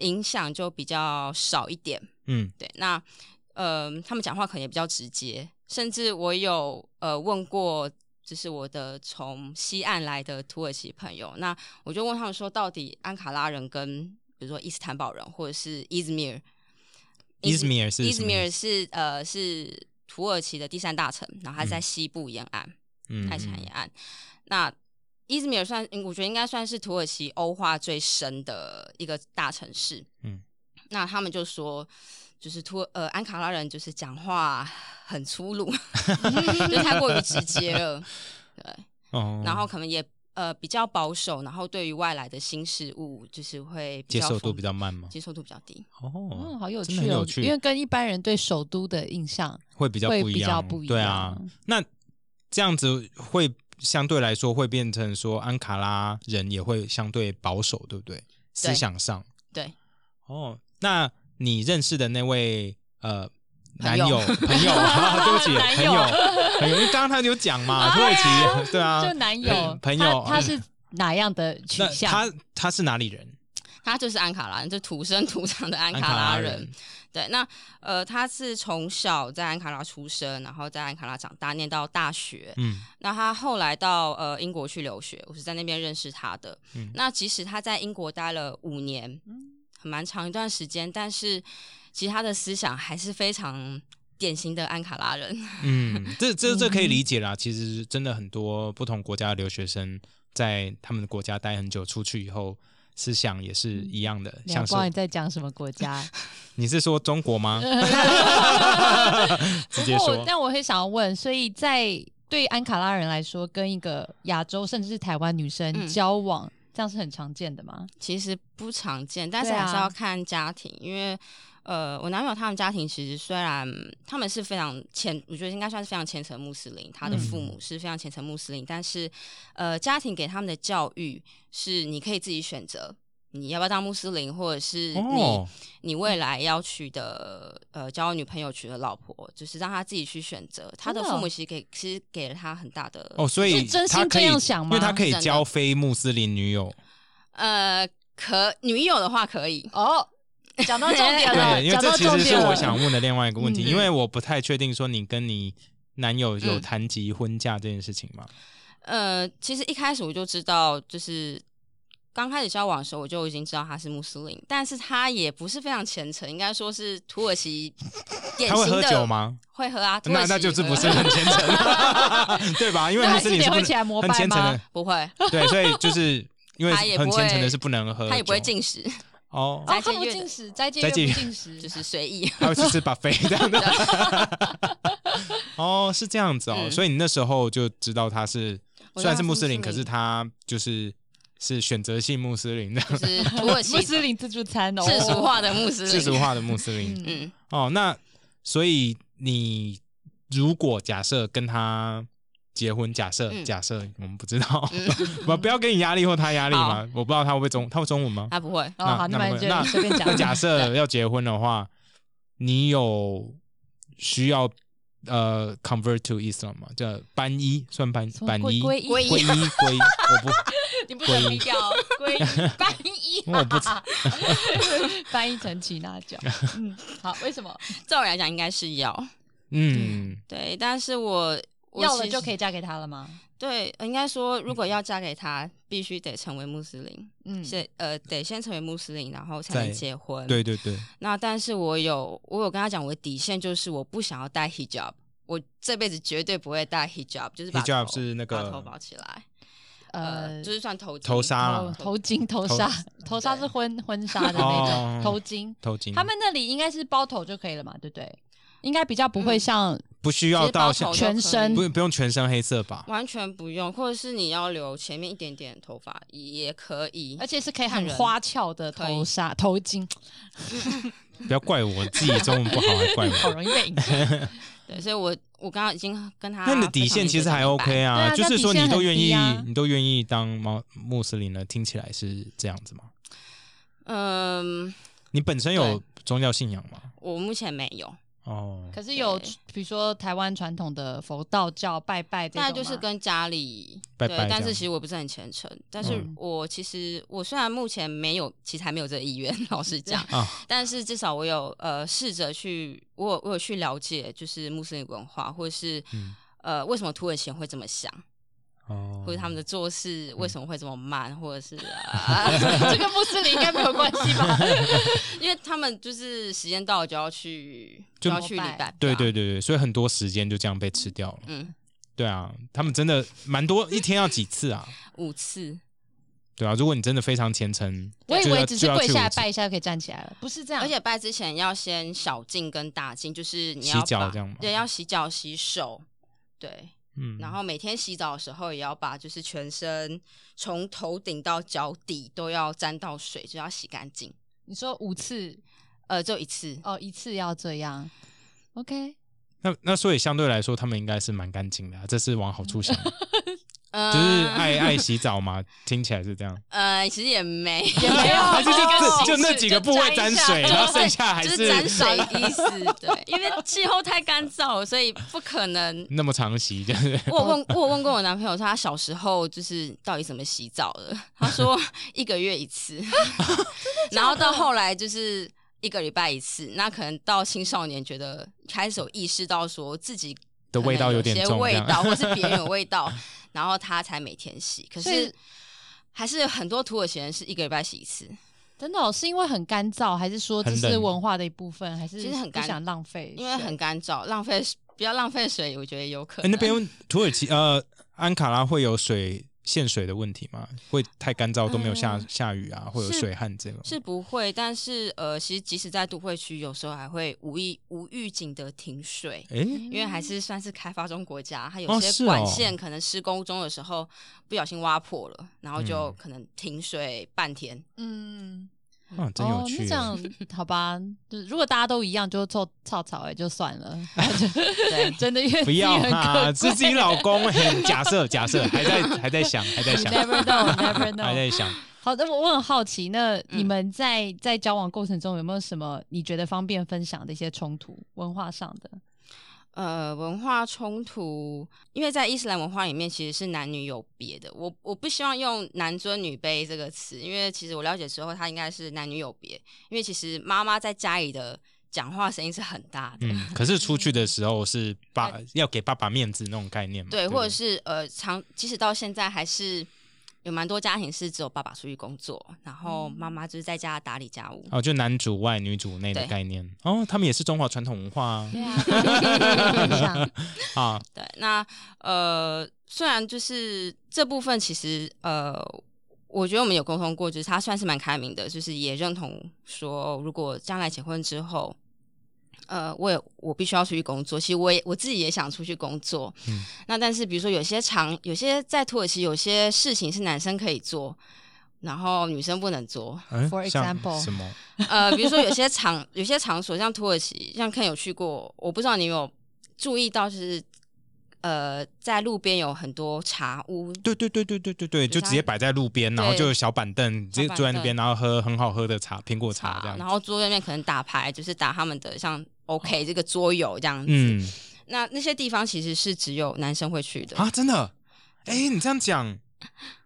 S4: 影响就比较少一点。
S2: 嗯，
S4: 对，那呃，他们讲话可能也比较直接，甚至我有呃问过，就是我的从西岸来的土耳其朋友，那我就问他们说，到底安卡拉人跟比如说伊斯坦堡人或者是伊兹密尔，
S2: 伊兹密尔是
S4: 伊
S2: 什
S4: 兹
S2: 么
S4: 密
S2: 意
S4: 尔是呃是土耳其的第三大城，然后它在西部沿岸。
S2: 嗯
S4: 泰坦沿岸。那伊兹密尔算，嗯我觉得应该算是土耳其欧化最深的一个大城市。
S2: 嗯，
S4: 那他们就说，就是土呃安卡拉人就是讲话很
S2: [LAUGHS]
S4: 粗鲁，就太过于直接了。对，
S2: 哦，
S4: 然后可能也。呃比较保守，然后对于外来的新事物就是会比
S2: 接
S4: 较
S2: 受度
S4: 封
S2: 比较慢吗？
S4: 接受度比较低。
S2: 哦
S3: 嗯，，好有
S2: 真的
S3: 趣
S2: 很
S3: 哦，
S2: 有趣
S3: 因为跟一般人对首都的印象
S2: 会比较
S3: 会
S2: 不一
S3: 比较
S2: 样，
S3: 不一样。
S2: 对啊，，那这样子会相对来说会变成说安卡拉人也会相对保守，对不对？思想上，
S4: 对。
S2: 哦，那你认识的那位呃男
S4: 朋
S3: [LAUGHS]
S2: 友
S4: 友
S2: 朋友、啊，对不起，
S4: 男
S2: 朋
S4: 友
S2: 友朋友，因为刚刚他有讲嘛，土耳其， [LAUGHS] 对啊
S3: 啊就，男友
S2: 嗯朋友
S3: 他他是哪样的取
S2: 那
S3: 向？
S2: 他他是哪里人？
S4: 他就是安卡拉人，就土生 [LAUGHS] 土长的安
S2: 安
S4: 卡
S2: 拉
S4: 拉人。，对，那呃，他是从小在安卡拉出生，然后在安卡拉长大，念到大学。
S2: 嗯，
S4: 那他后来到呃英国去留学，我是在那边认识他的。
S2: 嗯
S4: 那即使他在英国待了五年，很蛮长一段时间，但是其实他的思想还是非常典型的安卡拉人。
S2: 嗯，这这这可以理解啦。其实真的很多不同国家的留学生，在他们的国家待很久，出去以后思想也是一样的。
S1: 聊
S2: 像是
S1: 光你在讲什么国家？
S2: 你是说中国
S3: [LAUGHS]
S2: 吗？ [LAUGHS] 直接
S3: 不过
S2: 说
S3: 我，哦但我很想要问，所以在对安卡拉人来说，跟一个亚洲甚至是台湾女生
S4: 嗯
S3: 交往，这样是很常见的吗？
S4: 其实不常见，但是
S3: 对啊
S4: 还是要看家庭，因为呃，我男友他们家庭其实虽然他们是非常虔，我觉得应该算是非常虔诚穆斯林，他的父母
S2: 嗯
S4: 是非常虔诚穆斯林，但是呃，家庭给他们的教育是你可以自己选择。你要不要当穆斯林，或者是你、
S2: 哦，
S4: 你未来要娶的呃交女朋友娶的老婆，就是让他自己去选择。他的
S3: 真的哦
S4: 父母其实给其实给了他很大的
S2: 哦，所
S3: 是
S2: 以
S3: 真心
S2: 他可以
S3: 这样想吗
S2: 因为他可以
S4: 真的
S2: 交非穆斯林
S3: [LAUGHS]
S2: 女友，
S4: 呃可女友的话可以，
S3: 哦，讲到重点
S2: 对，
S3: 了，
S2: 因为
S3: 讲
S2: 这
S3: 到
S2: 其
S3: 重
S2: 实是
S3: 点
S2: 我
S3: 了。
S2: 想问的另外一个问题，
S3: 嗯
S2: 因为我不太确定说你跟你男友有
S4: 嗯
S2: 谈及婚嫁这件事情吗？
S4: 呃，其实一开始我就知道，就是刚开始交往的时候，我就已经知道他是穆斯林，但是他也不是非常虔诚，应该说是土
S2: [LAUGHS]
S4: 耳其典
S2: 他会
S4: 型
S2: 喝
S4: 的
S2: 酒？吗？
S4: 会喝啊，土
S2: 那
S4: 耳其
S2: 那就是
S4: 会
S2: 不
S4: 喝
S2: 是很
S3: [LAUGHS]
S2: 虔诚， [LAUGHS] 对吧？因为
S3: 那
S2: 穆
S3: 还
S2: 斯
S3: 是
S2: 林
S3: 得
S2: 是不
S3: 会
S2: 能
S3: 起来膜
S2: 很
S3: 拜
S2: 虔诚
S3: 吗？
S2: 的，
S4: 不会，
S2: 对，所以就是因为
S4: [LAUGHS] 他也
S2: 很
S4: 不
S2: 虔诚的
S4: 会
S2: 是不能喝酒，
S4: 他也不会进食，
S2: 哦，
S4: 斋
S3: 哦，
S4: 戒
S3: 他
S4: 月
S3: 不
S4: 的
S3: 进食，斋戒
S2: 斋
S3: 月
S2: 戒月
S3: 不进食，
S4: 就是随意。
S2: [LAUGHS] 还有去
S4: [LAUGHS]
S2: 吃 buffet 这样的。哦，是这样子哦，
S4: 嗯
S2: 所以你那时候就知道他是
S4: 我
S2: 虽
S4: 知道
S2: 然
S4: 他
S2: 是
S4: 是
S2: 穆
S4: 穆
S2: 斯
S4: 斯
S2: 林，
S4: 林
S2: 可是他就是是选择性穆斯林的
S4: 就是土耳其
S3: 穆斯林自助餐哦，
S4: [LAUGHS] 世俗化的穆斯
S2: [LAUGHS] 世俗
S4: 林。
S2: 化的穆斯林。
S3: 嗯，
S4: 嗯，
S2: 哦，那所以你如果假设跟他结婚，假设、
S4: 嗯
S2: 假设我们不知道，
S4: 嗯
S2: [LAUGHS] 不不要给你压力或他压力嘛，我不知道他会不会中，他会中文吗？
S4: 他不会。
S3: 哦，好，
S2: 那
S3: 那
S2: 那
S3: 么
S2: 不
S3: 你
S2: 会
S3: 就
S2: 那
S3: 随便
S2: 那
S3: [LAUGHS] 讲。
S2: 假设要结婚的话，你有需要呃 convert to Islam 吗？叫搬一算搬
S3: 什么
S2: 搬
S3: 皈
S2: 一
S3: 皈依
S2: 皈依皈依，我
S3: 你不准低调，
S4: 哦
S3: [LAUGHS] 皈依翻译，
S2: 我
S3: [LAUGHS]
S2: 不知
S3: 翻译成齐娜角。嗯，好，为什么
S4: 照理来讲应该是要
S2: 不嗯
S4: 对，但是我我
S3: 要了
S4: 其
S3: 就
S4: 实
S3: 可以嫁给他了吗？
S4: 对，呃应该说如果要嫁给他，必须得成为穆斯林。
S3: 嗯，
S4: 是呃，得先成为穆斯林，然后才
S2: 再
S4: 能结婚。
S2: 对对对，
S4: 那但是我有我有跟他讲，我的底线就是我不想要戴 hijab，我这辈子绝对不会戴 hijab，就是把
S2: Hijab
S4: 头
S2: 是那
S4: 把
S2: 个
S4: 头包起来，
S3: 呃
S4: 呃，就，是算头巾
S2: 头纱啦
S3: 头头巾、头纱、头纱是婚婚纱的那
S2: 哦
S3: 种头巾。
S2: 头巾
S3: 他们那里应该是包头就可以了嘛，对不对？应该比较不会像
S2: 不需要嗯到像
S4: 其实包头
S3: 全身
S4: 都可以
S2: 不不用全身黑色吧？
S4: 完全不用，或者是你要留前面一点点头发也可以
S3: 而。且是可以
S4: 看
S3: 很
S4: 人
S3: 花俏的
S4: 可以
S3: 头纱、头巾，
S2: 不要怪我自己中文不好，还怪
S3: [LAUGHS] 好
S2: 我。
S3: 容易被影
S4: [LAUGHS]
S3: 响。
S4: 对，所以我我刚刚已经跟他
S2: 那你的底
S4: 分享
S2: 线
S4: 了一
S2: 其
S4: 个
S2: 实还
S4: 礼拜
S2: OK
S3: 对
S2: 啊，
S3: 啊
S2: 就是说
S3: 那底线
S2: 你都愿
S3: 很
S2: 意
S3: 低啊，
S2: 你都愿意当穆穆斯林了，听起来是这样子吗？
S4: 嗯，
S2: 你本身有宗教信仰吗？
S4: 我目前没有，
S2: 哦，
S3: 可是有
S4: 对
S3: 比如说台湾传统的佛道教拜拜这种吗，
S4: 但就
S3: [LAUGHS]
S4: 是跟家里
S2: 拜拜
S4: 对，但
S2: 这样
S4: 是其实我不是很虔诚。但是
S2: 嗯
S4: 我其实我虽然目前没有，其实还没有这个意愿， [LAUGHS] 老实讲，
S2: 啊
S4: 但是至少我有呃试着去，我有我有去了解，就是穆斯林文化，或是、
S2: 嗯
S4: 呃为什么土耳其人会这么想，
S2: 哦，嗯
S4: 或者他们的做事为什么会这么慢，或者是、啊
S3: 这跟穆斯林应该没有关系吧？
S4: 因为他们就是时间到了就要去就要去礼拜表，
S2: 对对对对，所以很多时间就这样被吃掉了。
S4: 嗯，
S2: 对啊，他们真的蛮多，一天要几次啊？ [LAUGHS]
S4: 五次。
S2: 对啊，如果你真的非常虔诚，
S3: 我以
S2: 就要
S3: 为只是
S2: 就要
S3: 跪
S2: 去
S3: 下来
S2: 五次
S3: 拜一下就可以站起来了，不是这样。
S4: 而且拜之前要先小净跟大净，就是你要
S2: 洗脚
S4: 把
S2: 这样吗
S4: 对，要洗脚、洗手，对，
S2: 嗯，
S4: 然后每天洗澡的时候也要把就是全身从头顶到脚底都要沾到水，就要洗干净。
S3: 你说五次
S4: 呃，就一次，
S3: 哦，一次要这样，OK？
S2: 那那所以相对来说，他们应该是蛮干净的啊、这是往好
S4: [LAUGHS]
S2: 处想，
S4: 呃
S2: 就是爱爱洗澡嘛，听起来是这
S4: [LAUGHS]
S2: 样。
S4: 呃，其实也没
S3: 也没有，
S2: 还是就
S3: 哦
S2: 就就那几个部位沾水，
S3: 就
S2: 然后剩下还
S4: 就是沾水的
S2: [LAUGHS]
S4: 意思，对，因为气候太干燥了，所以不可能。
S2: 那么常洗，就是 [LAUGHS]
S4: [LAUGHS] 我有问，我有问过我男朋友，说他小时候就是到底怎么洗澡的？他说一个月
S2: [LAUGHS]
S4: 一次，然后到后来就是一个礼拜一次。那可能到青少年，觉得开始有意识到说自己
S2: 的味道
S4: 可能有
S2: 点
S4: 些
S2: 重，这
S4: 味
S2: 样
S4: 道或是别人
S2: [LAUGHS]
S4: 有味道，然后他才每天洗。可
S3: 所以
S4: 是还是很多土耳其人是一个礼拜洗一次。
S3: 真的哦、是因为很干燥，还是说这
S2: 很
S3: 是
S2: 冷
S3: 文化的一部分，还是
S4: 其实很
S3: 不
S4: 干
S3: 想浪费水？
S4: 因为很干燥，浪费不要浪费水，我觉得有可
S2: 哎
S4: 能。
S2: 那边土耳其呃安卡拉会有水限水的问题吗？会太干燥都没有下、
S4: 嗯
S2: 下雨啊，会有
S4: 是
S2: 水旱这种。
S4: 是不会，但是呃，其实即使在都会区，有时候还会无意无预警的停水。
S2: 哎，
S3: 嗯
S4: 因为还是算是开发中国家，它
S2: 哦
S4: 有
S2: 是
S4: 些
S2: 哦
S4: 管线可能施工中的时候不小心挖破了，然后就
S2: 嗯
S4: 可能停水半天。 [LAUGHS]
S3: 嗯，
S2: 啊， [LAUGHS] 真有
S3: 哦、那
S2: 趣
S3: 这。
S2: [LAUGHS]
S3: 样好吧，就是如果大家都一样，就凑草草哎、就算
S2: [LAUGHS]
S3: 了，
S4: 对，
S3: 真的越 [LAUGHS]
S2: 不要
S3: 啊，
S2: 啊，是自己
S3: [LAUGHS]
S2: 老公 [LAUGHS] 哎，假设假设还在还在想还在想
S3: Never know，Never
S2: [LAUGHS] 还
S3: know。
S2: 在想，
S3: 好的，我我很好奇，那
S2: 嗯
S3: 你们在、在交往过程中有没有什么你觉得方便分享的一些冲突，文化上的？
S4: 呃，文化冲突，因为在伊斯兰文化里面其实是男女有别的。我我不希望用“男尊女卑”这个词，因为其实我了解之后，它应该是男女有别。因为其实妈妈在家里的讲话声音是很大的，
S2: 嗯，可是出去的时候是爸要给爸爸面子那种概念嘛？
S4: 对，
S2: 不
S4: 或者是呃，长即使到现在还是有蛮多家庭是只有爸爸出去工作，然后妈妈就是在家打理家务。
S2: 哦，就男主外女主内的
S4: 对
S2: 概念哦，他们也是中华传统文化啊
S3: [LAUGHS] 对啊，
S2: 啊，
S4: 对，那呃，虽然就是这部分其实呃，我觉得我们有沟通过，就是他算是蛮开明的，就是也认同说，如果将来结婚之后。呃，我也我必须要出去工作，其实我也我自己也想出去工作。
S2: 嗯
S4: 那但是比如说有些长，有些在土耳其有些事情是男生可以做，然后女生不能做。
S2: 嗯
S3: For
S2: 像
S3: example
S2: 什么？
S4: 呃，比如说有些场、有些场所，像土耳其，像 Ken 有去过，我不知道你有没有注意到，就是呃，在路边有很多茶屋，
S2: 对对对对对对对，
S4: 就
S2: 就是直
S4: 他
S2: 接摆在路边，然后
S4: 对
S2: 就有小板凳，直接
S4: 板
S2: 坐在那边，
S4: 凳
S2: 然后喝很好喝的茶，苹果茶这
S4: 茶
S2: 样。哦
S4: 然后桌对面可能打牌，就是打他们的像 OK 这个桌游这样子。
S2: 嗯
S4: 那那些地方其实是只有男生会去的，
S2: 啊，真的，哎，你这样讲，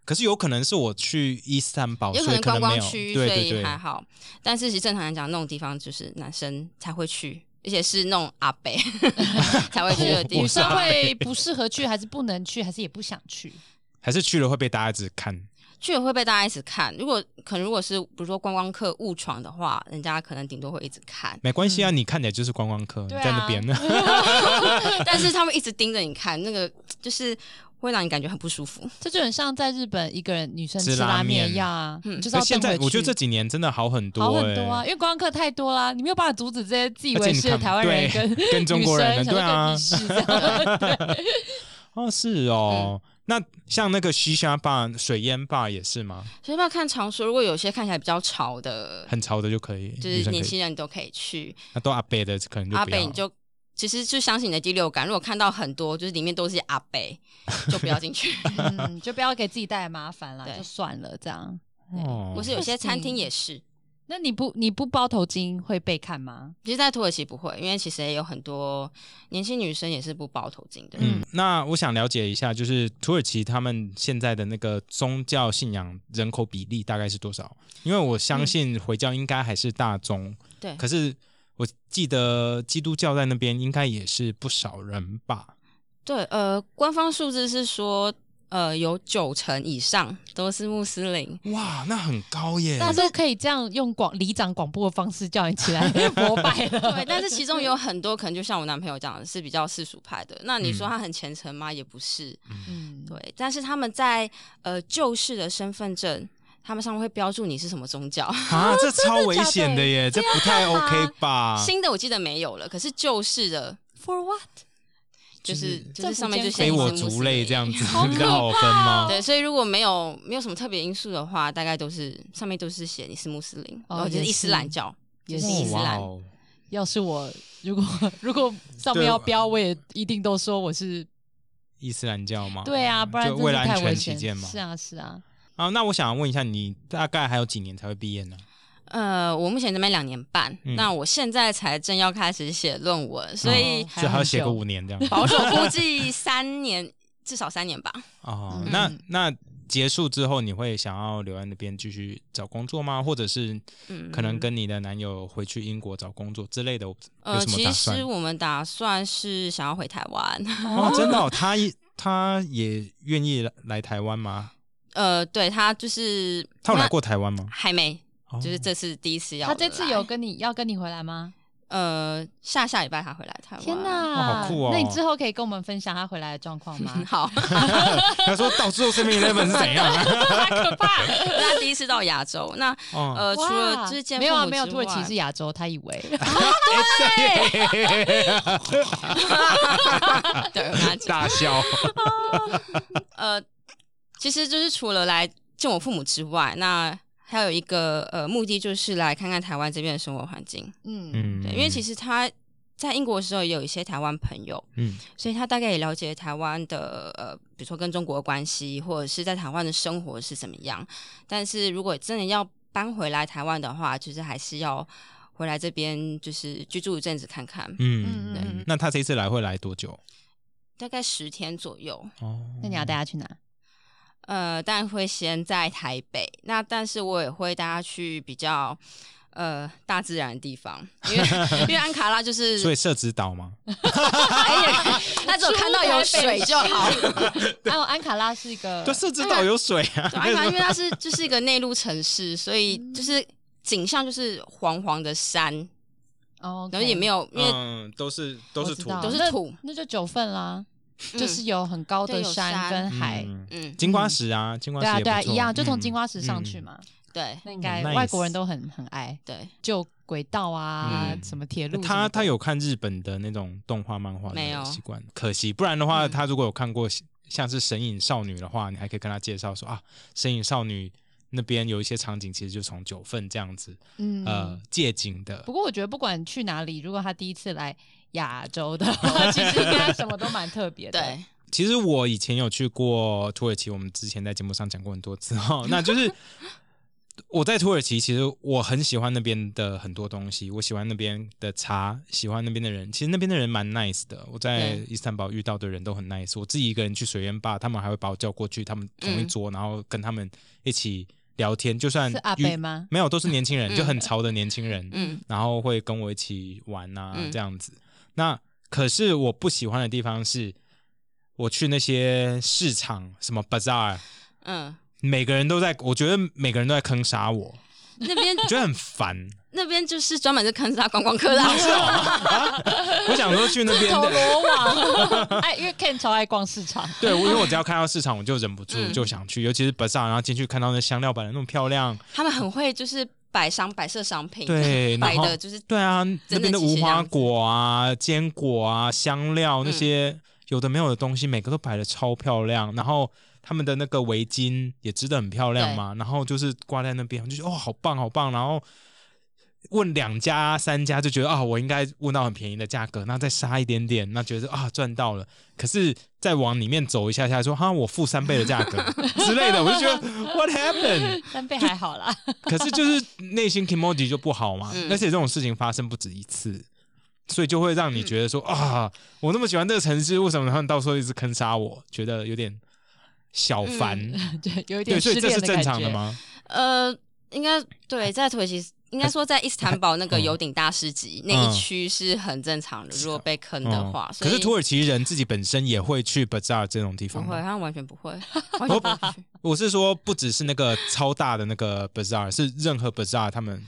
S2: 可是有可能是我去伊斯坦堡，
S4: 有
S2: 哦所以
S4: 能
S2: 可
S4: 观
S2: 能没
S4: 光
S2: 有。
S4: 区，
S2: 对
S4: 所
S2: 对
S4: 以
S2: 对，
S4: 还好。但是其实正常来讲，那种地方就是男生才会去，而且是那种阿伯 [LAUGHS] 才会去的地
S3: 女
S4: 方。
S3: 生会不适合去，还是不能去，还是也不想去？
S2: 还是去了会被大家只看。，
S4: 去了会被大家一直看。如果可能，如果是比如说观光客误闯的话，人家可能顶多会一直看
S2: [LAUGHS] 没关系啊，你看起来就是观光客，
S3: 嗯
S2: 你
S3: 对啊
S2: 在那边呢。
S4: 但是他们一直盯着你看，那个就是会让你感觉很不舒服。
S3: 这就很像在日本一个人女生
S2: 吃
S3: 吃
S2: 拉
S3: 拉面
S2: 面
S3: 一样啊，
S4: 嗯
S3: 你就是
S2: 那
S3: 要
S2: 哎现在
S3: 瞪回
S2: 我觉得
S3: 去
S2: 这几年真的好很多，
S3: 好很多啊，
S2: 哎
S3: 因为观光客太多啦，你没有办法阻止这些自以
S2: 而且
S3: 为
S2: 你
S3: 是的
S2: 看
S3: 台湾人跟
S2: 对 [LAUGHS] 跟中国人
S3: 女生
S2: 对啊
S3: 想说跟屁事这
S2: [LAUGHS]
S3: 样
S2: 哦，是哦。
S3: 嗯
S2: 那像那个西沙坝、水烟坝也是吗？
S4: 所以要看常说，如果有些看起来比较潮的，
S2: 很潮的就可以，
S4: 就
S2: 女
S4: 是
S2: 生可
S4: 年
S2: 以
S4: 轻人都可以去。
S2: 那都阿北的可能就
S4: 阿
S2: 不要
S4: 北你就其实就相信你的第六感，如果看到很多就是里面都是阿
S2: [LAUGHS]
S4: 北，就不要进去。
S2: 哦
S3: 嗯，就不要给自己带来麻烦啦，
S4: 对
S3: 就算了这样。
S2: 哦
S4: 我是有些餐厅也是。
S3: 那你不你不包头巾会被看吗？
S4: 其实，在土耳其不会，因为其实也有很多年轻女生也是不包头巾的。
S2: 嗯，那我想了解一下，就是土耳其他们现在的那个宗教信仰人口比例大概是多少？因为我相信回教应该还是大宗，
S4: 对。
S2: 可是我记得基督教在那边应该也是不少人吧？
S4: 对，呃，官方数字是说，呃，有九成以上都是穆斯林。
S2: 哇，那很高耶！
S4: 嗯
S3: 那都可以这样用广里长广播的方式叫你起来 [LAUGHS] 膜拜了。[LAUGHS]
S4: 对，但是其中有很多可能就像我男朋友这样是比较世俗派的。那你说他很虔诚吗？也不是。
S3: 嗯，
S4: 对，但是他们在呃旧式的身份证，他们上面会标注你是什么宗教。
S2: 啊，这超危险的耶，这不太
S4: 干嘛
S2: OK 吧？
S4: 新的我记得没有了，可是旧式的
S3: For what？
S4: 就是就是上面就写
S2: 非我
S4: 一只穆斯
S2: 族
S4: 林
S2: 类这样子
S3: 好可怕哦
S2: 比较好分吗？
S4: 对，所以如果没有没有什么特别因素的话，大概都是上面都是写你是穆斯林，
S3: 哦
S4: 然后就是
S3: 也
S4: 伊斯
S3: 是
S4: 兰教，
S3: 也
S4: 就是
S3: 是
S4: 伊斯
S2: 哇
S4: 兰。
S2: 哦，
S3: 要是我如果如果上面要标，我也一定都说我是
S2: 伊斯兰教
S4: 哦
S2: 吗？
S3: 对啊，不然
S2: 就
S3: 真
S2: 为
S3: 的
S2: 了
S3: 太
S2: 安
S3: 危
S2: 全
S3: 险。
S2: 起见嘛。
S3: 是啊，是啊，
S2: 啊，那我想问一下，你大概还有几年才会毕业呢？
S4: 呃，我目前这边两年半，
S2: 嗯
S4: 那我现在才正要开始写论文，所以
S3: 哦
S2: 所以还要写个
S3: 很久
S2: 五年这样。
S4: 保守估计三年，至少三年吧。
S2: 哦，
S4: 嗯
S2: 那那结束之后，你会想要留在那边继续找工作吗？或者是
S4: 嗯，
S2: 可能跟你的男友回去英国找工作之类的？有
S4: 呃，
S2: 什么
S4: 其
S2: 打算
S4: 实我们打算是想要回台湾。 [LAUGHS]
S2: 哦，真的、哦，他一他也愿意来来台湾吗？
S4: 呃，对他就是
S2: 他有来过台湾吗？
S4: 还没，
S2: 哦
S4: 就是这次第一次要
S3: 他这次有
S4: 来
S3: 跟你要跟你回来吗？
S4: 呃下下礼拜他回来台湾。？
S3: 天
S2: 哇
S3: 哪，
S2: 好酷哦
S3: 那你之后可以跟我们分享他回来的状况吗 [LAUGHS]
S4: 好， [LAUGHS]
S2: 他说到处都是 Seven Eleven 是怎样啊？
S3: 好可怕！
S4: 那第一次到亚洲，那
S2: 哦，
S4: [LAUGHS] 呃，除了
S3: 哇
S4: 就是见
S3: 没有
S4: 父
S3: 啊，
S4: 母
S3: 没有
S4: 之
S3: 土耳其
S4: 外
S3: 是亚洲，他以
S4: [LAUGHS]
S3: 为
S4: [LAUGHS] 对，我跟他讲
S2: 大笑，
S4: 呃，其实就是除了来见我父母之外，那还有一个呃目的就是来看看台湾这边的生活环境。
S3: 嗯，
S2: 嗯，
S4: 对，因为其
S2: 实，
S4: 实他在英国的时候也有一些台湾朋友，
S2: 嗯，
S4: 所以他大概也了解台湾的呃，比如说跟中国的关系，或者是在台湾的生活是怎么样。但是如果真的要搬回来台湾的话，就是还是要回来这边就是居住一阵子看看，
S2: 嗯，
S3: 嗯
S2: 嗯那他这一次来会来多久？
S4: 大概十天左右。
S2: 哦，
S3: 那你要带他去哪？
S4: 呃，当然会先在台北，那但是我也会带他去比较呃大自然的地方，
S2: [LAUGHS]
S4: 因为因为安卡拉就是
S2: 所以社指导吗？
S4: [LAUGHS] 哎呀，他只有看到有水就好。
S3: [LAUGHS] 还有安卡拉是一个
S2: 对，社指导有水啊，
S4: 对安
S2: [LAUGHS]
S4: 卡拉因为它是就是一个内陆城市，所以就是景象就是黄黄的山，
S3: 哦，
S4: 然后也没
S3: 有
S4: 有因为
S2: 嗯，都是都是土，
S4: 都是土
S3: 那就九份啦，
S4: 嗯
S3: 就是有很高
S4: 对
S3: 的
S4: 有
S3: 山
S4: 山
S3: 跟
S2: 嗯
S3: 海，
S4: 嗯
S2: 金瓜石啊，金瓜
S3: 对
S2: 石
S3: 啊
S2: 也
S3: 对啊，
S2: 不错
S3: 一样，就从
S2: 嗯
S3: 金瓜石上去
S2: 嗯
S3: 嘛，
S4: 对
S3: 那应该
S2: 很 nice
S3: 外国人都很很爱，
S4: 对
S3: 就轨道啊，
S2: 嗯
S3: 什么铁路什么的，
S2: 他他有看日本的那种动画漫画
S4: 没有
S2: 的习惯，可惜，不然的话，
S4: 嗯
S2: 他如果有看过像是《神隐少女》的话，你还可以跟他介绍说啊，《神隐少女》那边有一些场景其实就从九份这样子
S3: 嗯
S2: 呃借景的
S3: 不，过我觉得不管去哪里，如果他第一次来亚洲的话，其实应该什么都蛮特别的。
S4: 对，
S2: 其实我以前有去过土耳其，我们之前在节目上讲过很多次哈、 [LAUGHS] 那就是我在土耳其，其实我很喜欢那边的很多东西，我喜欢那边的茶，喜欢那边的人。其实那边的人蛮 nice 的，我在
S4: 对
S2: 伊斯坦堡遇到的人都很 nice。我自己一个人去水烟吧，他们还会把我叫过去，他们同一桌，然后跟他们一起聊天，就是算
S3: 阿
S2: 遇
S3: 北
S2: [LAUGHS]
S3: 吗？
S2: 没有，都是年轻人，
S4: 嗯
S2: 就很潮的年轻人。
S4: 嗯
S2: 然后会跟我一起玩啊，
S4: 嗯
S2: 这样子。那可是我不喜欢的地方是，我去那些市场，什么 bazaar，
S4: 嗯，
S2: 每个人都在，我觉得每个人都在坑杀我，
S4: 那边
S2: 我觉得很
S4: [LAUGHS]
S2: 烦。
S4: 那边就是专门是坑杀观光客的啊，
S2: [LAUGHS] 我想说去那边
S3: 铜
S2: 的，
S3: 锣湾， [LAUGHS] 哎，因为 Ken 超爱逛市场， [LAUGHS]
S2: 对，我因为我只要看到市场，我就忍不住
S4: 嗯
S2: 就想去，尤其是 bazaar，然后进去看到那香料摆的那么漂亮，
S4: 他们很会就是摆商摆设商品，
S2: 对，然
S4: 摆
S2: 后
S4: 的就是
S2: 对啊，那边的
S4: 齐
S2: 无
S4: 齐这
S2: 花
S4: 样子
S2: 果啊、坚果啊、香料那些、
S4: 嗯
S2: 有的没有的东西，每个都摆的超漂亮。然后他们的那个围巾也织的很漂亮嘛，然后就是挂在那边，我就觉得哦，好棒，好棒。然后问两家、三家，就觉得啊、我应该问到很便宜的价格，那再杀一点点，那觉得啊，赚到了。可是再往里面走一下下，说哈，我付三倍的价格之类的，我就觉得 [LAUGHS] What happened？
S3: 但被还好 [LAUGHS] 啦。
S2: [LAUGHS] 可是就是内心 emoji 就不好嘛，
S4: 嗯
S2: 而且这种事情发生不止一次，所以就会让你觉得说、
S4: 嗯
S2: 啊，我那么喜欢这个城市，为什么他们到时候一直坑杀我？觉得有点小烦。
S4: 嗯
S3: 对，有一点
S2: 对，所
S3: 失
S2: 以这
S3: 恋
S2: 是
S3: 的
S2: 正
S3: 感
S2: 常的
S3: 觉。
S2: 吗？
S4: 呃，应该对，在土耳其，应该说在伊斯坦堡那个油鼎大市集那一区是很正常的，如果被坑嗯的话，
S2: 嗯
S4: 所
S2: 可
S4: 以
S2: 是土耳其人自己本身也会去 bazaar 这种地
S4: 不
S2: 方
S4: 会，
S2: 吗？
S4: 他们完全不会，完全不会去。
S2: 我是说，不只是那个超大的那个 bazaar，是任何 bazaar 他们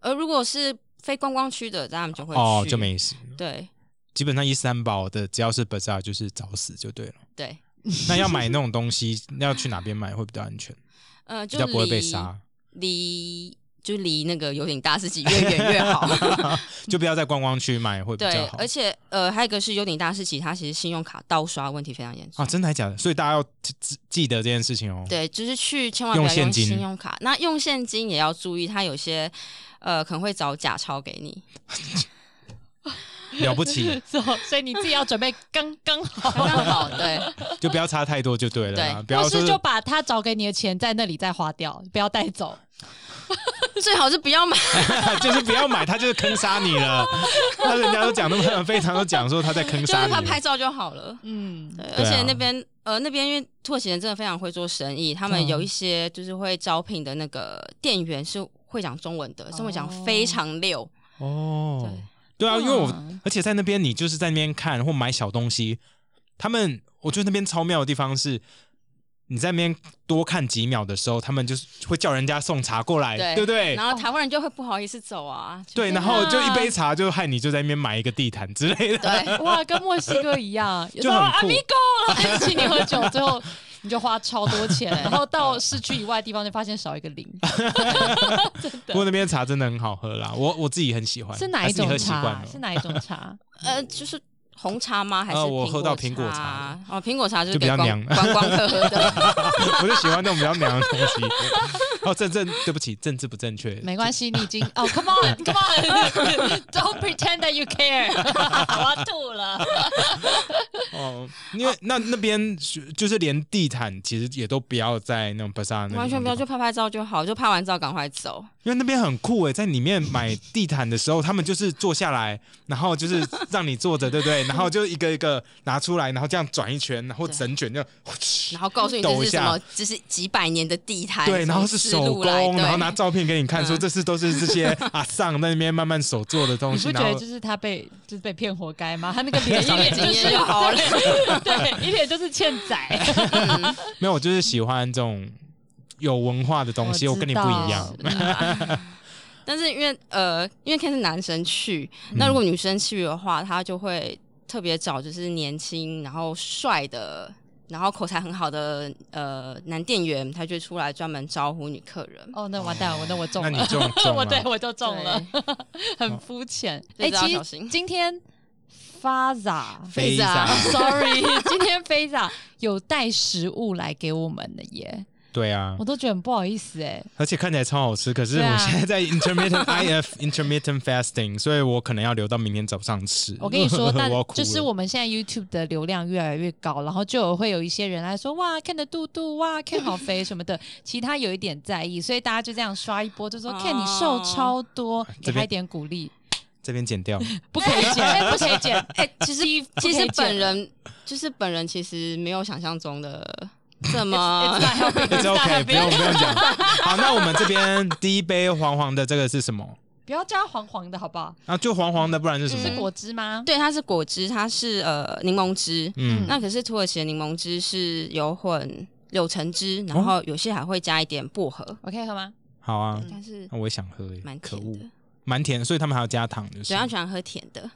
S4: 而呃如果是非观光区的，他们就会去，
S2: 哦就没事。
S4: 对
S2: 基本上伊斯坦堡的只要是 bazaar 就是找死就对了。
S4: 对，
S2: 那要买那种东西，要去哪边买会比较安全，
S4: 呃，
S2: 比
S4: 就
S2: 较不会被
S4: 离
S2: 杀？
S4: 离就离那个游艇大师级越远越
S2: [LAUGHS]
S4: 好。
S2: 就不要在观光区买会比
S4: 对
S2: 较，好
S4: 而。且呃，还有一个是优鼎大师级，它其实信用卡盗刷问题非常严重。
S2: 啊，真的还假的？所以大家要记记记得这件事情哦。
S4: 对，就是去千万不要
S2: 用现
S4: 用
S2: 金
S4: 信用卡，那用现金也要注意，它有些呃可能会找假钞给你，
S2: 了不起，
S3: [LAUGHS] 是哦，所以你自己要准备刚刚好，
S4: 刚刚好对，
S2: 就不要差太多就对了啦。不要
S3: 或
S2: 说
S3: 是
S2: [LAUGHS]
S3: 就把他找给你的钱在那里再花掉，不要带走。
S4: 最好是不要买。
S2: [LAUGHS] 就是不要买，他就是坑杀你了。他人家都讲那么非常都讲说他在坑
S4: 就
S2: 杀
S4: 是
S2: 你
S4: 他，拍照就好了。
S3: 嗯，
S4: 对，
S2: 对
S4: 而
S2: 啊
S4: 且那边呃那边因为土耳其人真的非常会做生意，他们
S2: 啊
S3: 嗯
S4: 有一些就是会招聘的那个店员是会讲中文的，中文讲非常溜。
S2: 哦，对啊，因为我
S1: 嗯
S2: 而且在那边你就是在那边看或买小东西，他们我觉得那边超妙的地方是。你在那边多看几秒的时候，他们就是会叫人家送茶过来，
S4: 对
S2: 对不对？
S4: 然后台湾人就会不好意思走啊。
S2: 哎哦对，
S4: 就是
S2: 然后就一杯茶就害你就在那边买一个地毯之类的。
S4: 对。
S3: 哇，跟墨西哥一样，有时
S2: 就
S3: 候
S2: 很
S3: 阿
S2: 酷
S3: 米狗了，请你喝酒，最后你就花超多钱， [LAUGHS] 然后到市区以外的地方就发现少一个
S2: [LAUGHS]
S3: 零。
S2: 不过那边茶真的很好喝啦，我我自己很喜欢。
S3: 是哪
S2: 还
S3: 一
S2: 你
S3: 种
S2: 喝习惯哦
S3: 茶？啊
S2: 了
S3: 是哪一种
S2: [LAUGHS]
S3: 茶？
S4: 呃，就是红茶吗？还是
S2: 呃我喝到
S4: 苹
S2: 苹
S4: 果
S2: 果
S4: 茶
S2: 茶？
S4: 哦，苹果茶就是
S2: 就比
S4: 给
S2: 较
S4: 观
S2: 娘
S4: 观光客喝
S2: [LAUGHS]
S4: 的。
S2: 我就喜欢那种比较娘的东西。哦，政政，对不起，政治不正确。
S3: 没关系，你已经 [LAUGHS] 哦，Come on，Come [LAUGHS] on，Don't pretend that you care，我 [LAUGHS] 要吐了。
S2: 哦，因为那那边是就是连地毯其实也都不要在那种 bazaar 那种
S4: 完全不要，
S2: 地
S4: 就
S2: 方
S4: 拍拍照就好，就拍完照赶快走。
S2: 因为那边很酷欸诶，在里面买地毯的时候，他们就是坐下来，然
S3: [LAUGHS]
S2: 后就是让你坐着，对不对？然后就一个一个拿出来，然后这样转一圈，然后整卷就
S4: 然后告诉你这
S2: 抖一
S4: 是什
S2: 下
S4: 么，这是几百年的地摊，
S2: 对，然后是
S4: 什
S2: 手
S4: 么丝路来
S2: 工，
S4: 对
S2: 然后拿照片给你看，
S4: 嗯
S2: 说这是都是这些阿尚在那边慢慢手做的东
S3: 你
S2: 西，
S3: 不觉
S2: 然
S3: 得
S2: 后
S3: 就是他被就是被骗活该吗？他那个 [LAUGHS] 脸一
S4: 少了
S3: 脸
S4: 经
S3: 就
S4: 验
S3: 是
S4: 就好了
S3: [LAUGHS] 对，一脸就是欠宰。
S2: 没有，我就是喜欢这种有文化的东西，
S3: 我
S2: 我
S3: 知
S2: 跟你不一样
S3: 道。
S4: 但是因为呃，因为 Ken 是男生去，
S2: 嗯
S4: 那如果女生去的话，他就会特别找就是年轻然后帅的，然后口才很好的呃男店员，他就会出来专门招呼女客人。
S3: [LAUGHS] 哦，那完蛋了，我那我中
S2: 那你
S3: 了，
S2: 中
S3: [LAUGHS]
S2: 中
S3: 我
S2: 了
S3: 对我就中了， [LAUGHS]
S4: 对，
S3: 很肤
S4: [LAUGHS]
S3: 浅。
S4: 所以
S3: 哎，
S4: 大家
S3: 其
S4: 小
S3: 实
S4: 心
S3: 今天
S2: [LAUGHS]
S3: Faza
S2: 非
S4: 非常
S2: 常
S3: [LAUGHS] Sorry，今天 Faza 有带食物来给我们的耶，
S2: 对啊
S3: 我，都觉得很不好意思哎。
S2: 而且看起来超好吃。可是
S3: 对啊
S2: 我现在在 intermittent [LAUGHS] IF intermittent fasting，所以我可能要留到明天早上吃。
S3: 我跟你说，但
S2: [LAUGHS] 我要哭
S3: 就是
S2: 了
S3: 我们现在 YouTube 的流量越来越高，然后就有会有一些人来说哇，看的肚肚哇，看好肥什么的，其实他有一点在意，所以大家就这样刷一波，就说
S4: 哦
S3: 看你瘦超多，给
S2: 这边
S3: 他一点鼓励，
S2: 这
S3: [LAUGHS]
S2: 边剪掉。
S3: 不可以减，
S4: [LAUGHS]
S3: 哎不可以减，
S4: 哎、其实
S3: 不可
S4: 其
S3: 以
S4: 实
S3: 剪
S4: 本人就是本人，其实没有想象中的
S2: [LAUGHS]
S4: 这
S3: It's
S4: 么
S3: not helping,
S2: It's
S3: not
S2: OK，
S3: helping
S2: 不用不用讲。好，那我们这边第一杯黄黄的这个是什么？
S3: 不要加黄黄的好不好？
S2: 啊，就黄黄的，不然是什
S3: 是
S2: 么？嗯
S3: 果汁吗？
S4: 对，它是果汁，它是呃柠檬汁，
S2: 嗯，
S4: 那可是土耳其的柠檬汁是有混柳橙
S2: 哦
S4: 汁，然后有些还会加一点薄荷，
S3: 我可以喝吗？
S2: 好
S3: 嗯
S2: 啊，
S4: 但是
S2: 那我也想喝耶
S4: 蛮，
S2: 可
S4: 甜
S2: 恶
S4: 的，。
S2: 蛮甜，所以他们还要加糖，就是
S4: 主。
S3: 啊
S4: 要喜欢喝甜的，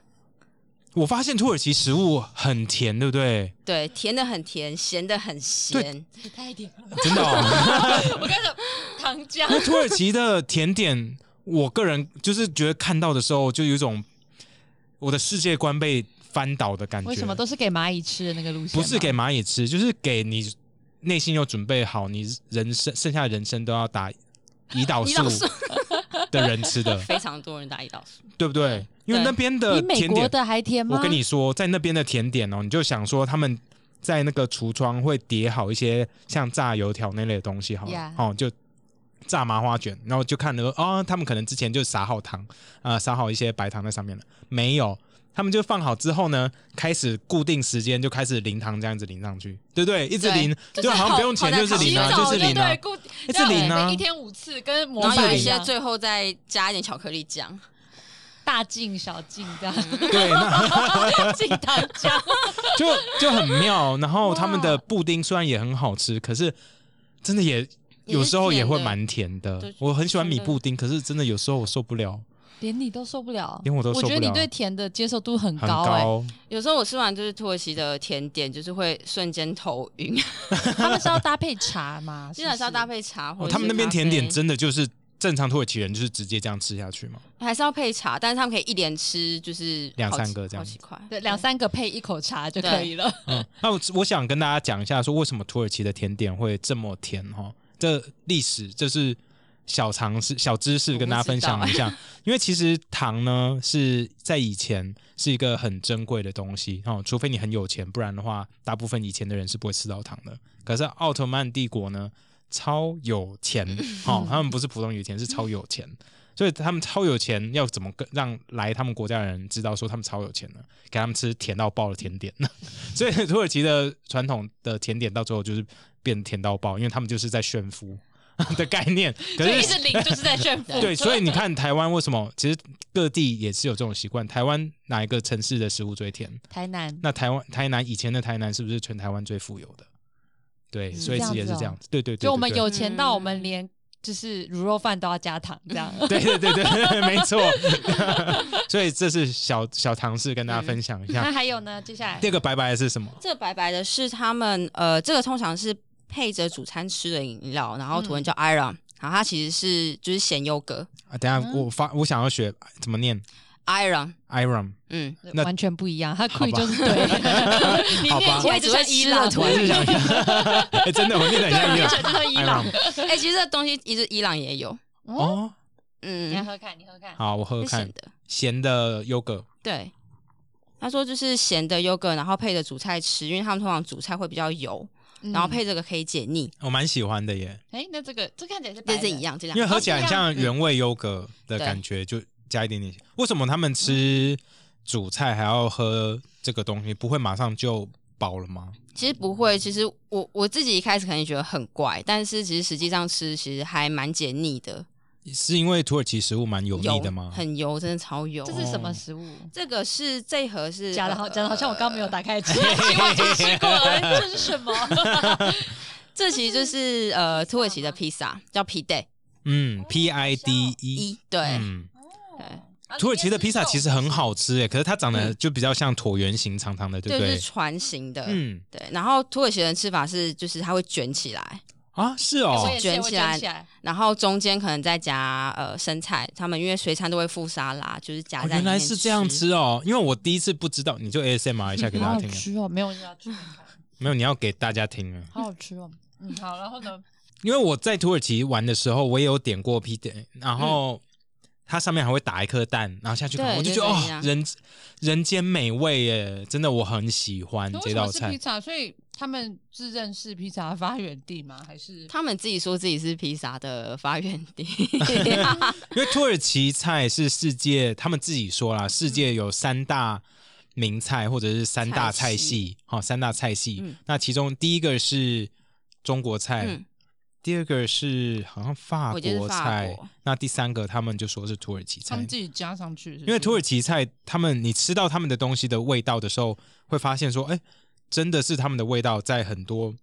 S2: 我发现土耳其食物很甜，对不对？
S4: 对，甜的很甜，咸的很咸。
S3: 给他一点，
S2: 真的、 [LAUGHS]
S3: [LAUGHS]
S2: 哦，
S3: 我跟你讲，糖浆
S2: 因为土耳其的甜点，我个人就是觉得看到的时候，就有一种我的世界观被翻倒的感觉。
S3: 为什么都是给蚂蚁吃的那个路线吗？
S2: 不是给蚂蚁吃，就是给你内心有准备好，你人生剩下的人生都要打胰岛
S4: 胰岛
S2: 素
S4: 素
S2: 的人吃的，
S4: 非常多人打胰岛素，
S2: 对不对？因为
S4: 对
S2: 那边的
S3: 比美
S2: 呃甜
S3: 国
S2: 点，
S3: 的还甜吗？
S2: 我跟你说，在那边的甜点哦，你就想说他们在那个橱窗会叠好一些像炸油条那类的东西好了，
S3: Yeah
S2: 哦就。炸麻花卷，然后就看了哦，他们可能之前就撒好糖，啊、撒好一些白糖在上面了。没有，他们就放好之后呢，开始固定时间就开始淋糖，这样子淋上去，对不对？一直
S4: 对
S2: 淋，
S4: 就
S2: 就是好像
S4: 泡
S2: 不用钱，
S4: 泡在
S2: 就是
S4: 糖
S2: 淋啊，
S4: 里
S2: 就是
S3: 对
S2: 淋啊
S3: 对，，固
S2: 一直淋啊
S3: 一。天五次，跟模
S4: 然后有
S3: 板
S4: 一
S3: 一
S4: 些
S3: 样，
S4: 最后再加一点巧克力酱，
S3: 大进小进这样，
S2: 对，那
S3: 进糖浆。
S2: 就就很妙。然后他们的布丁虽然也很好吃，可是真的也
S4: 也是
S2: 有时候也会
S4: 甜的
S2: 蛮甜的
S4: 对。
S2: 我很喜欢米
S4: 真的
S2: 布丁，可是真的有时候我受不了，
S3: [LAUGHS] 连你都受不了，
S2: 连我都受不
S3: 我觉得你
S2: 了
S3: 对甜的接受度很
S2: 很
S3: 高哎、
S2: 高。
S4: 有时候我吃完就是土耳其的甜点，就是会瞬间头
S2: [LAUGHS]
S4: 晕。
S3: 哎他们是要搭配茶嘛？
S4: 现在是要搭
S3: 配
S4: 配茶，或
S2: 哦
S4: 者
S2: 他们那边甜点
S4: 真
S2: 真的就是正常土耳其人就是直接这样吃下去吗？
S4: 还是要配茶，但是他们可以一连吃，就是
S2: 两
S4: 好
S2: 三
S4: 几
S2: 个这样
S4: 好几块，
S3: 对，两三个配一口茶就可以了。
S2: 嗯， [LAUGHS] 那我我想跟大家讲一下，说为什么土耳其的甜点会这么甜哈？这历史就是小常识、小知识跟大家分享一 [LAUGHS] 下。因为其实糖呢是在以前是一个很珍贵的东西哦，除非你很有钱，不然的话，大部分以前的人是不会吃到糖的。可是奥特曼帝国呢，超有 [LAUGHS] 钱哦，他们不是普通有钱，是超有钱。所以他们超有钱，要怎么跟让来他们国家的人知道说他们超有钱呢？给他们吃甜到爆的甜点， [LAUGHS] 所以土耳其的传统的甜点到最后就是变甜到爆，因为他们就是在炫富 [LAUGHS] 的概念。可
S3: 所以一直
S2: 是
S3: 零就是在炫富。
S2: 对，所以你看台湾为什么？其实各地也是有这种习惯。台湾哪一个城市的食物最甜？
S3: 台南
S2: 那台湾台南以前的台南是不是全台湾最富有的？对，所以
S3: 这样
S2: 也
S3: 子
S2: 是
S3: 哦
S2: 这样子。对对对，
S3: 就我们
S2: 对对
S3: 有钱到我们连就是卤肉饭都要加糖这样。
S2: [LAUGHS] 对对对对，没错。 [LAUGHS] 所以这是小小尝试跟大家分享一下。
S3: 那还有呢？接下来
S2: 第二个白白的是什么？
S4: 这个白白的是他们呃，这个通常是配着主餐吃的饮料，然后图案叫 Iron，、然后它其实是就是咸优格
S2: 啊，等一下我发我想要学怎么念
S4: Iron，
S2: Iron，
S4: 嗯，
S2: 那
S3: 完全不一样，他
S2: 吧
S3: 故意就是
S2: [LAUGHS]
S3: 对，你
S2: 好吧
S3: 念起来就像伊朗 [LAUGHS]
S4: 我也只会吃了
S2: 哎， [LAUGHS] 真的我念的
S3: 对，
S2: 很 [LAUGHS] 像一
S3: 念
S2: 样
S3: 起来就像伊朗。
S2: Iron
S4: 哎、其实这个东西一直伊朗也有，
S3: 哦，
S2: 哦。
S4: 嗯，
S3: 你要喝看，你喝看。
S2: 好，我喝喝
S4: 是咸
S2: 看
S4: 的，
S2: 咸的优格。
S4: 对。他说就是咸的优格，然后配着主菜吃，因为他们通常主菜会比较油，
S3: 嗯
S4: 然后配这个可以解腻，
S2: 我蛮喜欢的耶，
S3: 哎，那这个这看起来是白
S4: 这
S3: 的
S4: 是一，样，这两
S2: 因为喝起来很像
S4: 嗯
S2: 原味优格的感觉，就加一点点。为什么他们吃主菜还要喝这个东西？不会马上就饱了吗？
S4: 其实不会，其实我我自己一开始可能觉得很怪，但是其实实际上吃其实还蛮解腻的，
S2: 是因为土耳其食物蛮油腻的吗？
S4: 很油，真的超油。
S3: 这是
S2: 哦
S3: 什么食物？
S4: 这个是这一盒是
S3: 假的，好
S4: 呃
S3: 假的，好像我刚刚没有打开吃，因为 [LAUGHS] 我已经吃过了，这是什么？
S4: [LAUGHS] 这其实就是呃土耳其的披萨，叫皮 d
S2: 嗯，P I D
S4: 一
S2: E，，
S4: 对、
S2: 嗯，
S3: [LAUGHS]
S4: 对，
S2: 土耳其的披萨其实很好吃诶，可是它长得就比较像椭圆形长长的，对不
S4: 就是
S2: 对？
S4: 船型的，
S2: 嗯
S4: 对。然后土耳其人吃法是就是它会卷起来，
S2: 啊，是
S3: 我
S2: 哦
S3: 也，是
S4: 卷
S3: 我
S4: 起来
S3: 来，
S4: 然后中间可能再加呃生菜，他们因为随餐都会附沙拉，就是夹
S2: 哦
S4: 在、
S2: 原来是这样，吃哦，因为我第一次不知道，你就 ASMR 一下给
S3: 好好
S2: 大家听啊，
S3: 吃哦，没有人要吃，
S2: 没有，你要给大家听啊。
S3: 好好吃哦。嗯，好，然后呢？
S2: 因为我在土耳其玩的时候，我也有点过 P 点，然后它上面还会打一颗蛋，然后下去烤，
S4: 对
S2: 我就
S4: 就
S2: 觉得
S4: 是
S2: 哦，
S4: 这样
S2: 人人间美味耶，真的我很喜欢
S3: 那
S2: 这
S3: 为什
S2: 道
S3: 么是披
S2: 菜。
S3: 萨？所以他们自认是披萨的发源地吗？还是
S4: 他们自己说自己是披萨的发源
S2: [LAUGHS]
S4: 地，
S2: 因为土耳其菜是世界，他们自己说啦，世界有三大名菜或者是三大菜
S4: 菜
S2: 系，好、三大菜系。
S4: 嗯
S2: 那其中第一个是中国菜，
S4: 嗯
S2: 第二个是好像法
S4: 我觉得是
S2: 国
S4: 法
S2: 菜，
S4: 国
S2: 那第三个他们就说是土耳其
S3: 他
S2: 菜
S3: 们。自己加上去是不是？
S2: 因为土耳其菜，他们你吃到他们的东西的味道的时候，会发现说，哎，真的是他们的味道，在很多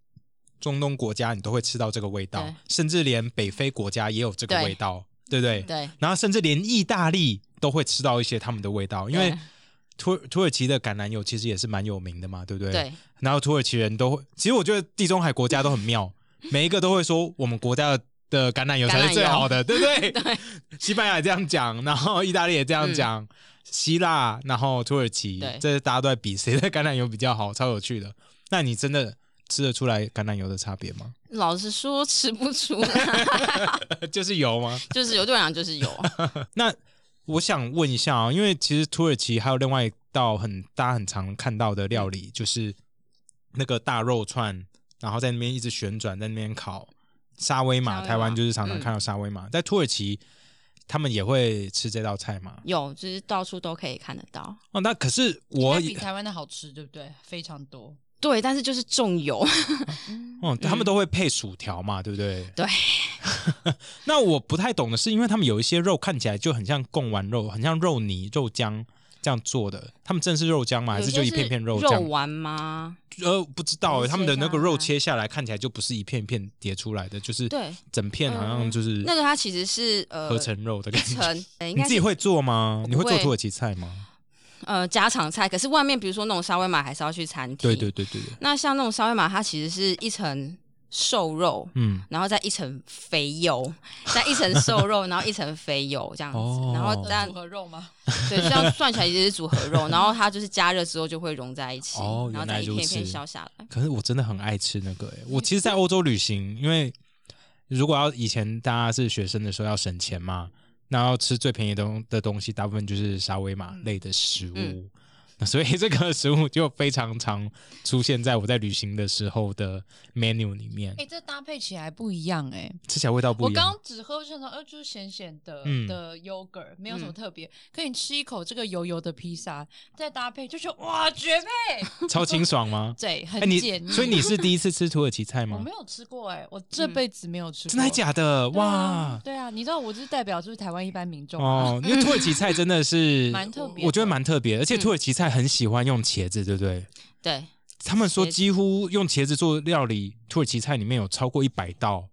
S2: 中东国家你都会吃到这个味道
S4: 对，
S2: 甚至连北非国家也有这个
S4: 对
S2: 味道，对不对？
S4: [LAUGHS] 对，
S2: 然后甚至连意大利都会吃到一些他们的味道，因为
S4: 对
S2: 土土耳其的橄榄油其实也是蛮有名的嘛，对不对？。
S4: 对
S2: 然后土耳其人都会，其实我觉得地中海国家都很妙，
S4: [LAUGHS]
S2: 每一个都会说我们国家的。的橄榄油才
S4: 橄榄
S2: 是
S4: 油
S2: 最好
S4: [LAUGHS]
S2: 的，对不对？西班牙也这样讲，然后意大利也这样讲，希腊，然后土耳其
S4: 嗯对，
S2: 这大家都在比谁的橄榄油比较好，超有趣的。那你真的吃得出来橄榄油的差别吗？ [LAUGHS]
S4: 老实说吃不出来， [LAUGHS]
S2: 就是油吗？
S4: 就是有对我来讲就是有，
S2: 那我想问一下啊、因为其实土耳其还有另外一道很大家很常看到的料
S4: 嗯
S2: 理，就是那个大肉串，然后在那边一直旋转，在那边烤沙威玛。
S4: 沙威玛嗯
S2: 台湾就是常常看到沙威玛，在土耳其他们也会吃这道菜嘛？
S4: 有就是到处都可以看得到。
S2: 哦，那可是
S3: 应
S2: 我
S3: 该比
S2: 也，
S3: 台湾的好吃，对不对？非常多。
S4: 对，但是就是重油，
S2: 哦，他们都会配薯条嘛，对不对？
S4: 嗯对。
S2: [LAUGHS]
S4: [LAUGHS]
S2: 那我不太懂的是，因为他们有一些肉看起来就很像贡丸肉，很像肉泥、肉浆这样做的，他们真的是肉浆吗？还
S4: 有
S2: 是
S4: 些
S2: 就一片片
S4: 肉
S2: 浆？
S4: 丸吗？
S2: 呃，不知道欸，
S4: 切
S2: 他们的那个
S4: 下
S2: 肉
S4: 来
S2: 切下来看起来就不是一片一片叠出来的，就是
S4: 对，嗯
S2: 整片好像就是
S4: 那个它其实是呃
S2: 合成肉的感觉。
S4: 层，呃应
S2: 你
S4: 该
S2: 自己
S4: 是
S2: 会做吗？你
S4: 不
S2: 会做
S4: 会
S2: 土耳其菜吗？
S4: 呃家常菜，可是外面比如说那种沙威玛还是要去餐厅。
S2: 对对对对对，
S4: 那像那种沙威玛，它其实是一层瘦肉，
S2: 嗯，
S4: 然后再一层肥油，再一层瘦肉，然后一层肥油这样子，
S2: 哦
S4: 然后但
S3: 组合肉吗？
S4: 对，这样算起来也是组合肉，然后它就是加热之后就会融在一起，
S2: 哦
S4: 然后
S2: 原来
S4: 再一片一
S2: 如
S4: 片
S2: 此
S4: 削下来。
S2: 可是我真的很爱吃那个、欸，我其实，在欧洲旅行，因为如果要以前大家是学生的时候要省钱嘛，那要吃最便宜的东的东西，大部分就是沙威玛类的食物。
S4: 嗯
S2: 那所以这 [LAUGHS] 个食物就非常常出现在我在旅行的时候的 menu 里
S3: [LAUGHS]
S2: 面
S3: 哎、，这搭配起来不一样哎、
S2: 吃起来味道不
S3: 我
S2: 一
S3: 刚
S2: 样
S3: 刚。只喝像说，呃，就是咸咸的、
S2: 嗯
S3: 的 yogurt，没有什么
S4: 嗯
S3: 特别。可你吃一口这个油油的披萨，再搭配，就觉得哇，绝配！？
S2: 超清爽吗
S3: 对，很
S2: 哎、你
S3: 解腻。
S2: 所以你是第一次吃土耳其菜
S3: 我
S2: 吗
S3: 没？有吃过哎、我这辈子没有吃过。
S2: 真的还假的？
S3: 对
S2: 哇
S3: 啊！！对啊，你知道我就是代表就是台湾一般民众啊、
S2: 哦，因为土耳其菜真的是
S3: [LAUGHS] 蛮特别的嗯
S2: 我觉得蛮特别，而且土耳其菜很喜欢用茄子，对不对？
S4: 对，
S2: 他们说
S4: 茄子
S2: 几乎用茄子做料理，土耳其菜里面有超过一百道，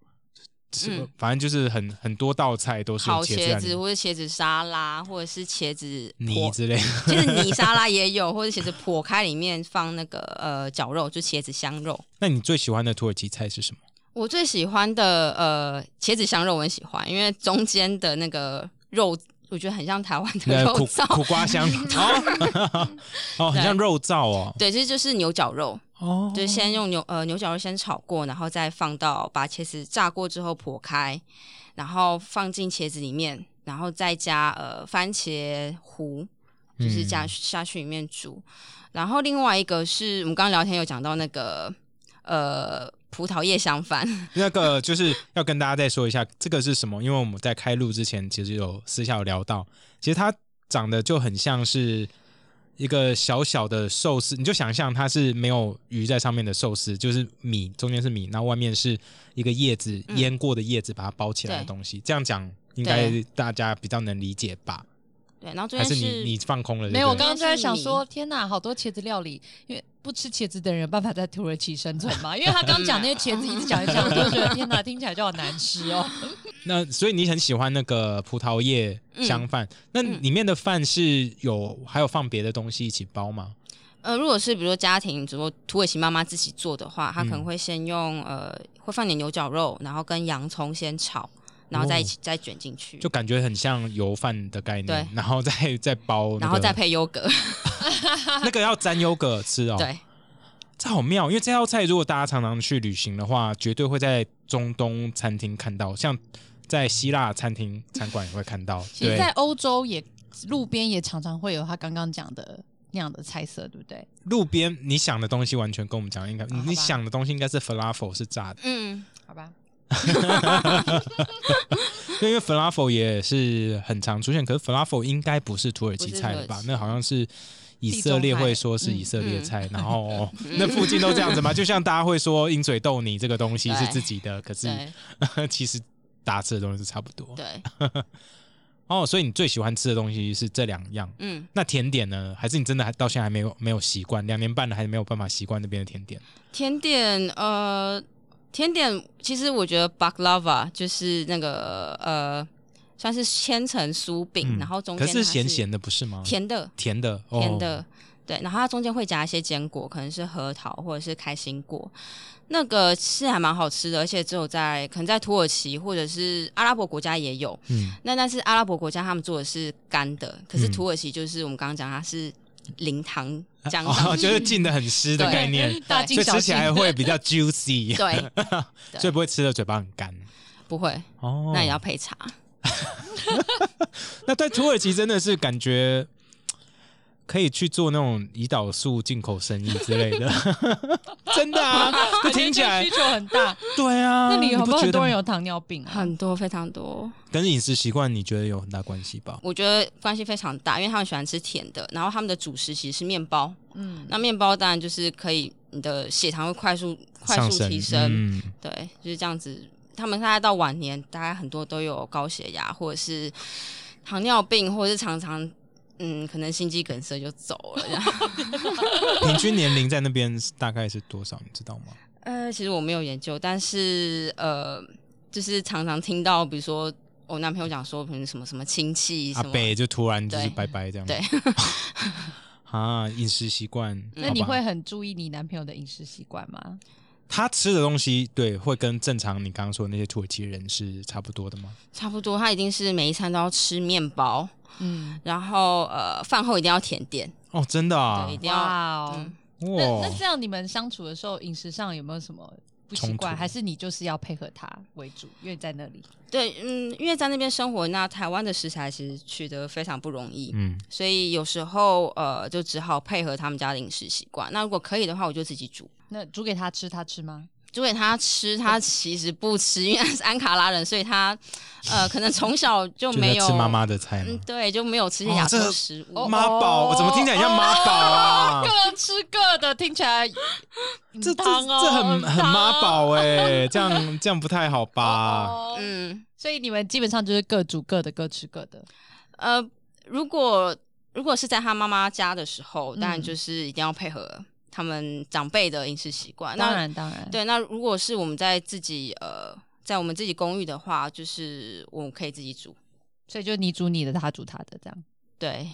S2: 是
S4: 嗯
S2: 反正就是很很多道菜都是用
S4: 烤
S2: 茄子啊
S4: 茄
S2: 来
S4: 子或者茄子沙拉，或者是茄子
S2: 泥
S4: 剖，
S2: 之类的。
S4: 其实泥沙拉也有，或者茄子剖开里面放那个呃绞肉，就茄子香肉。
S2: 那你最喜欢的土耳其菜
S3: [LAUGHS]
S2: 是什么？
S4: 我最喜欢的呃茄子香肉我很喜欢，因为中间的那个肉，我觉得很像台湾的
S2: 苦
S4: 肉燥。
S2: 苦瓜香哦， [LAUGHS] 哦，很像肉燥哦
S4: 对，这就是牛角肉，
S3: 啊
S2: 哦，
S4: 就是先用牛呃牛角肉先炒过，然后再放到把茄子炸过之后剖开，然后放进茄子里面，然后再加呃番茄糊，就是加
S2: 嗯
S4: 下去里面煮。然后另外一个是我们刚刚聊天有讲到那个呃葡萄叶香饭，
S2: 那个就是要跟大家再说一下，这个是什么？因为我们在开录之前，其实有私下有聊到，其实它长得就很像是一个小小的寿司，你就想象它是没有鱼在上面的寿司，就是米中间是米，然后外面是一个叶子
S4: 嗯
S2: 腌过的叶子把它包起来的东西。这样讲应该
S4: 对
S2: 大家比较能理解吧？
S4: 对，然后中
S2: 还
S4: 间
S2: 是你你放空了
S3: 没有，我
S2: 对不
S3: 刚
S2: 对
S3: 刚就在想说，天哪，好多茄子料理，因为不吃茄子的人有办法在土耳其生存
S2: [LAUGHS]
S3: 吗？因为他刚讲那些茄子一直讲一讲，我就觉得天哪，听起来就好难吃
S2: [LAUGHS]
S3: 哦。
S2: 那所以你很喜欢那个葡萄叶香饭，那
S4: 嗯
S2: 里面的饭是有还有放别的东西一起包吗？
S4: 呃，如果是比如说家庭，如果土耳其妈妈自己做的话，她
S2: 嗯
S4: 可能会先用呃，会放点牛角肉，然后跟洋葱先炒，然后再一起、再卷进去，
S2: 哦就感觉很像油饭的概念
S4: 对，
S2: 然后再 [LAUGHS] 再包、那个
S4: 然后再配优格。
S2: 那个要沾优格吃哦。，
S4: [LAUGHS] 对，
S2: 这好妙，因为这道菜如果大家常常去旅行的话，绝对会在中东餐厅看到，像在希腊餐厅餐馆也会看到。
S3: 其实，
S2: 对，
S3: 在欧洲也路边也常常会有他刚刚讲的那样的菜色，对不对？
S2: 路边你想的东西完全跟我们讲的应该，
S3: 好吧
S2: 你想的东西应该是 falafel 是炸的，
S4: 嗯，
S3: 好吧，
S2: 因为 falafel 也是很常出现，可是 falafel 应该不是土耳其
S4: 不是
S2: 菜了吧
S4: 土耳？其
S2: 那好像是。以色列会说是以色列菜，然后、
S4: 嗯
S2: 哦那附近都这样子吗？就像大家会说鹰嘴豆泥这个东西是自己的，可是 [LAUGHS]
S4: 对
S2: 其实大家吃的东西是差不多。
S4: 对，
S2: 哦，所以你最喜欢吃的东西是这两样。
S4: 嗯，
S2: 那甜点呢？还是你真的还到现在还没有没有习惯？两年半了还没有办法习惯那边的甜点。
S4: 甜点呃，甜点其实我觉得 baklava 就是那个呃，算是千层酥
S2: 嗯
S4: 饼，然后中
S2: 可
S4: 间
S2: 是
S4: 它
S2: 咸咸的不是吗？
S4: 甜的，
S2: 甜的，哦
S4: 甜的，对，然后它中间会夹一些坚果，可能是核桃或者是开心果，那个是还蛮好吃的，而且只有在可能在土耳其或者是阿拉伯国家也有。
S2: 嗯，
S4: 那但是阿拉伯国家他们做的是干的，可是
S2: 嗯
S4: 土耳其就是我们刚刚讲它是零糖浆
S2: 哦，
S4: 上去，
S2: 就是浸的很湿的
S4: 对
S2: 概念，
S3: 大
S2: 所
S3: 惊
S2: 以
S3: 小
S2: 哎吃起
S3: 怪。
S2: 来会比较 juicy，
S4: [LAUGHS] 对，
S2: 所以不会吃的嘴巴很干。
S4: 不会，
S2: 哦，
S4: 那也要配茶。
S2: 那在土耳其真的是感觉可以去做那种胰岛素进口生意之类的，真的啊，这 [LAUGHS] 听起来
S3: 需求很大，
S2: 对啊。
S3: 那里有没有很多人
S2: 有
S3: 有糖尿病啊？
S4: 很多非常多，
S2: 跟饮食习惯，你觉得有很大关系吧？
S4: 我觉得关系非常大，因为他们喜欢吃甜的，然后他们的主食其实是面包，
S3: 嗯，
S4: 那面包当然就是可以，你的血糖会快速快
S2: 上
S4: 速
S2: 升，
S4: 提升，
S2: 嗯，
S4: 对，就是这样子。他们大概到晚年，大概很多都有高血压，或者是糖尿病，或者是常常嗯，可能心肌梗塞就走了 [LAUGHS] 这样。
S2: 平均年龄在那边是大概是多少？你知道吗？
S4: 呃，其实我没有研究，但是呃，就是常常听到，比如说我男朋友讲说，可能什么什么亲戚
S2: 阿
S4: 什么，
S2: 北就突然就是
S4: 对
S2: 拜拜这样， [LAUGHS]
S4: 对，
S2: 啊，饮食习惯，
S4: 嗯
S2: 好
S3: 那
S2: 吧
S3: 你会很注意你男朋友的饮食习惯吗？
S2: 他吃的东西，对，会跟正常你刚刚说的那些土耳其人是差不多的吗？
S4: 差不多，他一定是每一餐都要吃面包，
S3: 嗯，
S4: 然后呃，饭后一定要甜点，
S2: 哦，真的啊
S4: 对，一，定要。
S3: 哇哦。
S4: 嗯
S3: 那
S2: 哇
S3: 那，这样你们相处的时候，饮食上有没有什么不习
S2: 冲
S3: 惯？
S2: 突
S3: 还是你就是要配合他为主，因为在那里
S4: 对，嗯，因为在那边生活，那台湾的食材其实取得非常不容易，
S2: 嗯，
S4: 所以有时候呃，就只好配合他们家的饮食习惯。那如果可以的话，我就自己煮。
S3: 那煮给他吃，他吃吗？
S4: 煮给他吃，
S2: 哦
S4: 他其实不吃，因为他是安卡拉人，所以他呃，可能从小就
S2: 就
S4: 哦没
S2: 在
S4: 有
S2: 吃妈妈的菜
S4: 嗯
S2: 吗，？
S4: 对，就没有吃
S2: 哦
S4: 亚
S2: 这
S4: 洲食物。
S2: 妈宝，我怎么听起来像妈宝啊？
S3: 各吃各的，听起
S2: [LAUGHS]
S3: 来
S2: 这这
S3: 汤哦
S2: 这很很
S3: 汤
S2: 妈。
S3: 哦
S2: 宝哎，这样这样不太好吧？
S3: [LAUGHS] 哦
S4: 嗯，
S3: 所以你们基本上就是各煮各的，各吃各的。
S4: 呃，如果如果是在他妈妈家的时候，当然
S3: 嗯
S4: 就是一定要配合他们长辈的饮食习惯。
S3: 当
S4: 啊那
S3: 然，当然，，
S4: 对，那如果是我们在自己呃，在我们自己公寓的话，就是我们可以自己煮。
S3: 所以就你煮你的，他煮他的，这样。 [LAUGHS]
S4: 对。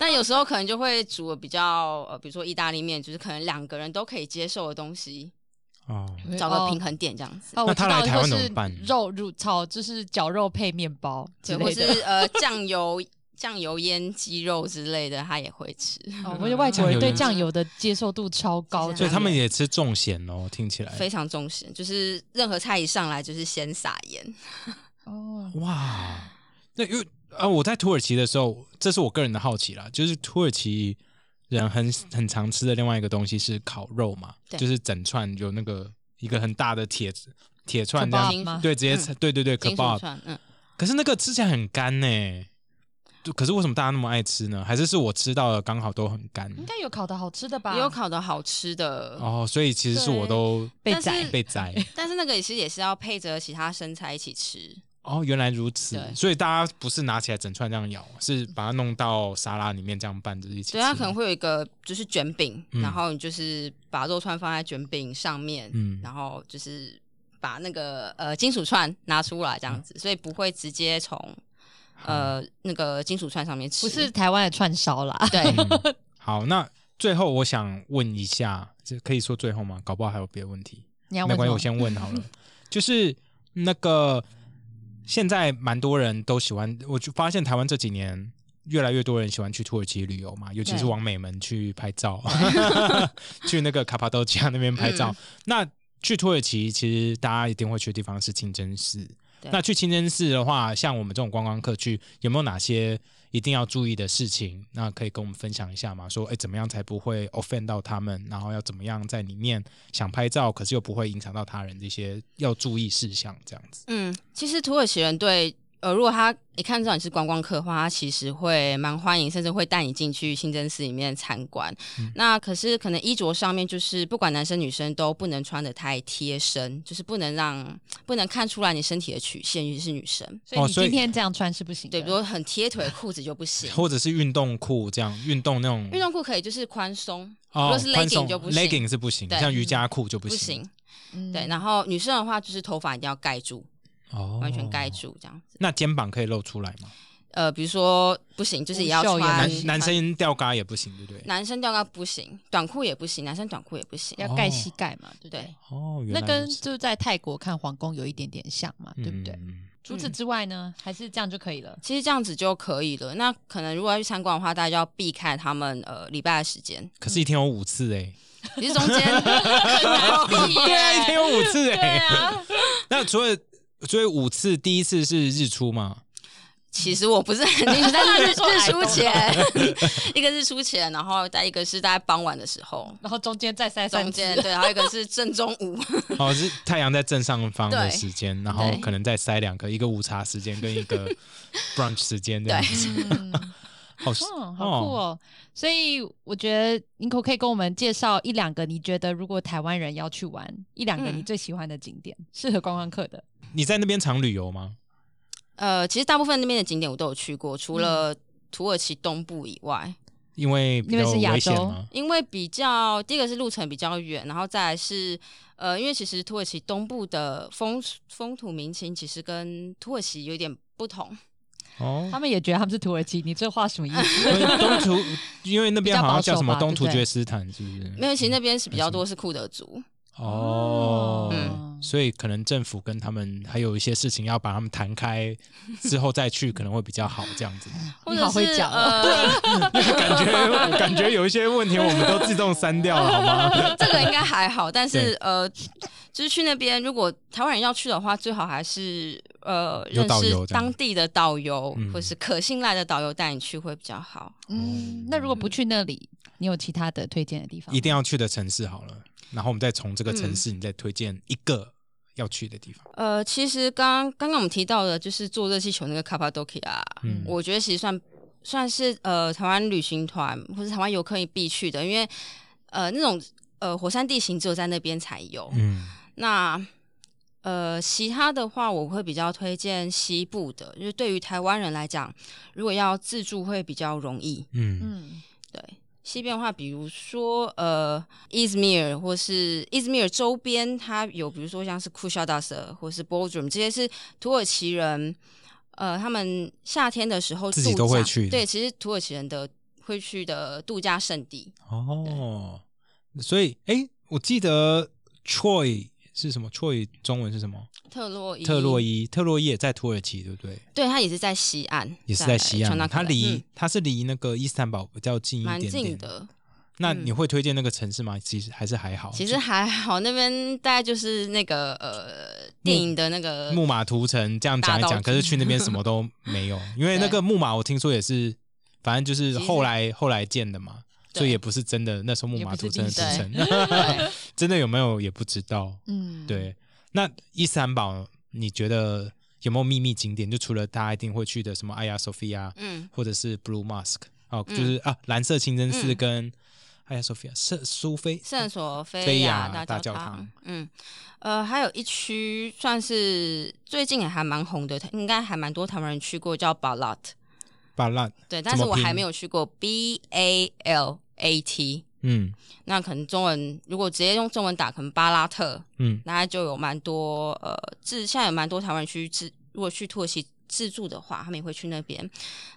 S4: 那有时候可能就会煮得比较呃，比如说意大利面，就是可能两个人都可以接受的东西，
S2: 哦，
S4: 找个平衡点这样子。
S3: 嗯哦，哦
S2: 那
S3: 我知
S2: 他
S3: 道，
S2: 来台湾
S3: 或
S2: 怎么
S3: 是
S2: 办
S3: 肉入炒就是绞肉配面包之类
S4: 对，或
S3: 的。
S4: 是呃酱油酱油腌鸡肉之类的，他也会吃，
S3: 哦，
S4: [LAUGHS]
S3: 我觉得外国人对
S2: 酱
S3: 酱油的接受度超高，
S4: 嗯是
S2: 所以
S4: 啊
S2: 他们也吃重咸哦，听起来
S4: 非常重视，就是任何菜一上来就是先撒盐。
S3: 哦，
S2: 哇，那因为啊，我在土耳其的时候，这是我个人的好奇啦，就是土耳其人很很常吃的另外一个东西是烤肉嘛，
S4: 对
S2: 就是整串有那个一个很大的铁铁串这
S3: Kebab
S2: 样，
S4: 金
S3: 吗
S2: 对，直接、
S4: 嗯
S2: 对对对，可
S4: 金
S2: 爆
S4: 属。串，嗯，
S2: 可是那个吃起来很干呢、就可是为什么大家那么爱吃呢？还是是我吃到的刚好都很干
S3: 应该有烤的好吃的吧？
S4: 也有烤的好吃的，
S2: 哦，所以其实是我都
S3: 被
S4: 但是
S3: 宰，
S2: 被宰。
S4: 但是那个也是也是要配着其他生菜一起吃。
S2: 哦，原来如此，
S4: 对
S2: 所以大家不是拿起来整串这样咬，是把它弄到沙拉里面这样拌着一起吃。
S4: 对，它可能会有一个就是卷饼，
S2: 嗯
S4: 然后你就是把肉串放在卷饼上面，
S2: 嗯
S4: 然后就是把那个呃金属串拿出来
S2: 嗯
S4: 这样子，所以不会直接从呃那个金属串上面
S3: 不
S4: 吃，
S3: 是台湾的串烧啦。
S4: 对，
S2: 嗯好，那最后我想问一下，这可以说最后吗？搞不好还有别的问题，
S3: [LAUGHS] 你要
S2: 没
S3: 问
S2: 关系，
S3: 什
S2: 我
S3: 么
S2: 先
S3: [LAUGHS]
S2: 问好了。就是那个现在蛮多人都喜欢，我就发现台湾这几年越来越多人喜欢去土耳其旅游嘛，尤其是
S3: 对
S2: 往美门去拍照， [LAUGHS] 去那个卡帕多奇亚那边拍照。那去土耳其，其实大家一定会去的地方是清真寺。
S4: 对
S2: 那去清真寺的话，像我们这种观光客去，有没有哪些一定要注意的事情？那可以跟我们分享一下吗？说，哎，怎么样才不会 offend 到他们？然后要怎么样在里面想拍照，可是又不会影响到他人这些要注意事项，这样子。
S4: 嗯，其实土耳其人对呃，如果他一看知道你是观光客的话，他其实会蛮欢迎，甚至会带你进去清真寺里面参观。
S2: 嗯
S4: 那可是可能衣着上面就是不管男生女生都不能穿的太贴身，就是不能让不能看出来你身体的曲线，尤其是女生。
S3: 所以
S2: 哦
S3: 你
S2: 所以
S3: 今天这样穿是不行的。
S4: 对，比如说很贴腿的裤子就不
S2: [LAUGHS]
S4: 行，
S2: 或者是运动裤这样，运动那种
S4: 运动裤可以就是宽松如
S2: 哦
S4: 果是，
S2: 宽
S4: legging
S2: 松
S4: 就不行
S2: legging 是不行，
S4: 对
S2: 像瑜伽裤就不
S4: 不
S2: 行，
S4: 行。
S3: 嗯
S4: 对，然后女生的话就是头发一定要盖住，
S2: 哦
S4: 完全盖。住这样子。
S2: 那肩膀可以露出来吗？
S4: 呃，比如说不行，啊就是也要
S3: 无袖也
S4: 穿
S3: 不
S2: 哦男
S3: 行
S2: 男生吊嘎也不行，对不对？
S4: 男生吊带不行，短裤也不行，男生短裤也不行。
S3: 要盖膝盖嘛，对不对
S4: 对？，
S2: 哦，原
S3: 那
S2: 来
S3: 跟
S2: 如此
S3: 就是在泰国看皇宫有一点点像嘛，对不对？
S2: 嗯
S3: 除此之外呢，还是这样就可 [LAUGHS] 以了。
S4: 其实这样子就可以了。那可能如果要去参观的话，大家就要避开他们呃礼拜的时间，
S2: 可是一天有五次哎、
S4: 其实
S3: [LAUGHS]
S4: 中间很
S3: 哦
S4: 难避
S2: 对啊，一天
S4: 耶。
S2: 有五次
S3: 对
S2: 哎、
S3: 啊，
S2: 那除了所以五次，第一次是日出嘛？
S4: [LAUGHS] 其实我不是很清楚，但是日
S3: 说
S4: 日
S3: [LAUGHS]
S4: 出前，一个日出前，然后再一个是大概傍晚的时候，
S3: 然后中间再塞三
S4: 中
S3: 次
S4: 间对，还有一个是正中
S3: [LAUGHS]
S4: 午。
S2: 哦，是太阳在正上方的
S4: 对
S2: 时间，然后
S4: 对
S2: 可能再塞两个，一个午茶时间跟一个 brunch 时间这样子。
S3: 嗯，
S2: 好，
S3: 哦，好酷哦！所以我觉得 Nico 可以跟我们介绍一两个你觉得如果台湾人要去玩，一两个
S4: 嗯
S3: 你最喜欢的景点，适合观光客的。
S2: 你在那边常旅游吗？
S4: 呃，其实大部分那边的景点我都有去过，除了
S3: 嗯
S4: 土耳其东部以外，
S2: 因为比
S3: 因为
S2: 较
S3: 是亚
S2: 危险
S3: 洲
S2: 吗？
S4: 因为比较第一个是路程比较远，然后再来是呃，因为其实土耳其东部的风风土民情其实跟土耳其有点不同，
S1: [LAUGHS]
S2: 哦，
S3: 他们也觉得他们是土耳其，你这话什么意思？
S4: [LAUGHS]
S2: 因为东突，因为那边好像叫什么
S3: 比较保守吧
S2: 东突
S3: 对不对
S2: 厥斯坦，是不是？
S4: 没有，其实那边是比
S2: 嗯
S4: 较
S2: 还是
S4: 多是库德族，
S2: 哦，
S1: 嗯
S2: 所以可能政府跟他们还有一些事情要把他们谈开，之后再去可能会比较好，这样 [LAUGHS] 子。
S4: 或
S3: 你
S4: 者
S3: 好会
S4: 是
S3: 讲哦 [LAUGHS]
S4: 呃，
S2: 感觉感觉有一些问题我们都自动删掉了，好吗？
S4: 这个应该还好，但
S2: 对
S4: 是呃，就是去那边，如果台湾人要去的话，最好还是呃
S2: 有
S4: 认
S2: 导游
S4: 识
S2: 这样
S4: 当地的导游
S2: 嗯，
S4: 或是可信赖的导游带你去会比较好。
S1: 嗯，那如果不去那里，你有其他的推荐的地方吗？
S2: 一定要去的城市好了，然后我们再从这个城市，你再推荐一个要去的地方。
S4: 呃，其实刚刚刚我们提到的，就是坐热气球那个 Cappadocia，、
S2: 嗯
S4: 我觉得其实算算是呃台湾旅行团或是台湾游客必去的，因为呃那种呃火山地形只有在那边才有。
S2: 嗯，
S4: 那呃，其他的话，我会比较推荐西部的，就是对于台湾人来讲，如果要自助会比较容易。
S2: 嗯
S1: 嗯
S4: 对，西边的话，比如说呃，Izmir 或是 Izmir 周边，它有比如说像是 Kushadasa 或是 Bodrum，这些是土耳其人，呃，他们夏天的时候
S2: 自己
S4: 度
S2: 都会
S4: 假
S2: 去
S4: 对，其实土耳其人的会去的度假胜地，
S2: 哦，所以哎，诶我记得 Troy 是什么？Troy 中文是什么？
S4: 特洛伊。
S2: 特洛，伊，特洛伊也在土耳其，对不对？
S4: 对，它也是在西岸，
S2: 也是在西岸嘛，
S4: Çanakkale，
S2: 它离
S4: 嗯
S2: 它是离那个伊斯坦堡比较近一
S4: 蛮
S2: 点
S4: 近
S2: 点。
S4: 的。嗯
S2: 那你会推荐那个城市吗？其实还是还好，
S4: 其实还好，那边大概就是那个呃电影的那个
S2: 木马屠城这样讲一
S4: 大
S2: 讲，
S4: 道
S2: 可是去那边什么都没有，因为那
S4: [LAUGHS]
S2: 个木马我听说也是，反正就是后来后来建的嘛，
S4: 对
S2: 所以也不是真的那时候木马屠城的屠城， [LAUGHS]
S4: 对
S2: 真的有没有也不知道。
S1: 嗯，
S2: 对，那伊斯坦堡你觉得有没有秘密景点？就除了大家一定会去的什么艾亚索菲亚，
S4: 嗯
S2: 或者是 Blue Mask，哦，就是啊蓝色清真寺
S4: 嗯
S2: 跟艾亚索菲亚圣苏菲
S4: 圣索
S2: 菲
S4: 菲
S2: 亚
S4: 亚
S2: 大教
S4: 教
S2: 堂
S4: 嗯呃还有一区算是最近也还蛮红的，应该还蛮多台湾人去过，叫 Balat，
S2: 巴拉，
S4: 对，
S2: 怎么
S4: 但是我
S2: 拼
S4: 还没有去过 B A L A T。
S2: 嗯
S4: 那可能中文如果直接用中文打，可能巴拉特，
S2: 嗯
S4: 那就有蛮多呃自现在有蛮多台湾人去自如果去土耳其自助的话，他们也会去那边。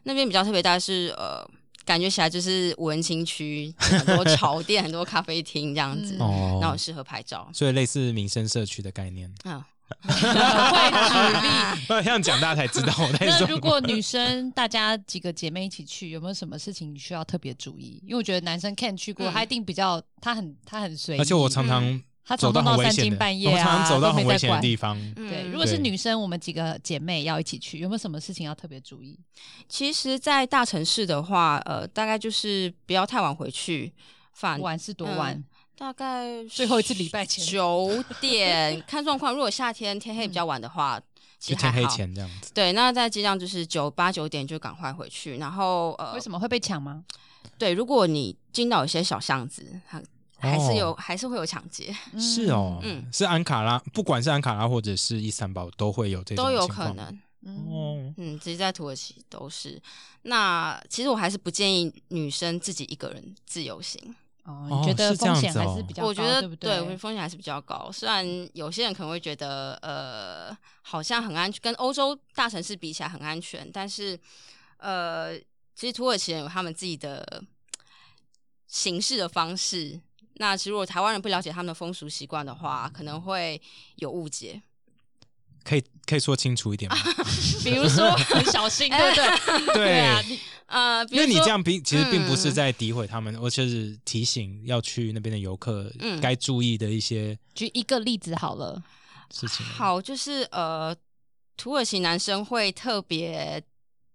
S4: 那边比较特别，大概是呃感觉起来就是文青区，
S2: [LAUGHS]
S4: 很多潮店、很多咖啡厅这样子，
S1: 嗯
S2: 哦，
S4: 那很适合拍照。
S2: 所以类似民生社区的概念。 [LAUGHS]
S4: 嗯，
S3: 会举例。
S2: 这样讲大家才知道我在
S1: 那
S2: [LAUGHS] 说。
S1: 如果女生大家几个姐妹一起去，有没有什么事情需要特别注意？因为我觉得男生 Ken 去过，
S4: 嗯
S1: 他一定比较，他很他很随意，
S2: 而且我常常
S1: 他常
S2: 走到
S1: 常
S2: 很危
S1: 三
S2: 险
S1: 更
S2: 的，
S1: 半夜
S2: 我
S1: 啊，
S2: 常常走到很危
S1: 都没在
S2: 险的
S1: 管
S2: 地方。
S1: 对，
S4: 嗯
S1: 如果是
S2: 对
S1: 女生，我们几个姐妹要一起去，有没有什么事情要特别注意？
S4: 其实，在大城市的话，呃，大概就是不要太晚回去，
S2: 哎
S4: 反
S1: 晚是多晚？
S4: 大概
S1: 最后一次礼拜前
S4: 九点，看状况。如果夏天天黑比较晚的话，其
S2: 就
S4: 实还
S2: 天
S4: 好。
S2: 黑前这样子，
S4: 对，那在尽量就是九八九点就赶快回去，然后呃
S1: 为，什么会被抢吗？
S4: 对，如果你进到有些小巷子，它还是
S2: 哦
S4: 有、还是会有抢劫，
S2: 是哦，
S4: 嗯
S2: 是安卡拉，不管是安卡拉或者是伊斯坦堡，都会有这种
S4: 都有
S2: 情况
S4: 可能。
S1: 嗯，
S2: 哦。
S4: 嗯，其实，在土耳其都是。那其实我还是不建议女生自己一个人自由行，
S1: 哦，
S2: 哦
S1: 你觉得
S2: 是这样
S1: 风险
S2: 子
S1: 还
S2: 哦
S1: 是比较高，
S4: 我觉得
S1: 对嗯不
S4: 我觉得风险还是比较高。虽然有些人可能会觉得，呃，好像很安全，跟欧洲大城市比起来很安全，但是，呃，其实土耳其人有他们自己的行事的方式。那其实如果台湾人不了解他们的风俗习惯的话，可能会有误解。
S2: 可以可以说清楚一点吗？
S3: [LAUGHS] 比如说很小
S4: [LAUGHS]
S3: 心，对不对？对
S2: 对
S3: 啊，，你
S4: 呃，比
S2: 因
S4: 如
S2: 为你
S4: 说
S2: 这样并其实并不是
S4: 嗯
S2: 在诋毁他们，而是提醒要去那边的游客
S4: 嗯
S2: 该注意的一些
S1: 举一个例子好了，
S2: 事情。
S4: 好，就是呃，土耳其男生会特别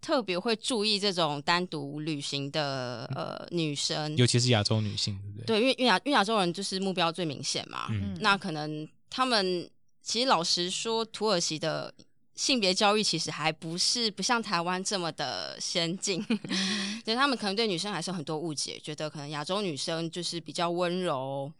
S4: 特别会注意这种单独旅行的呃女生，
S2: 尤其是亚洲女性，对不对？
S4: 对，因为因为亚因为亚洲人就是目标最明显嘛，
S2: 嗯
S4: 那可能他们其实老实说，土耳其的。性别教育其实还不是不像台湾这么的先进， [LAUGHS] 就是他们可能对女生还是有很多误解，觉得可能亚洲女生就是比较温柔，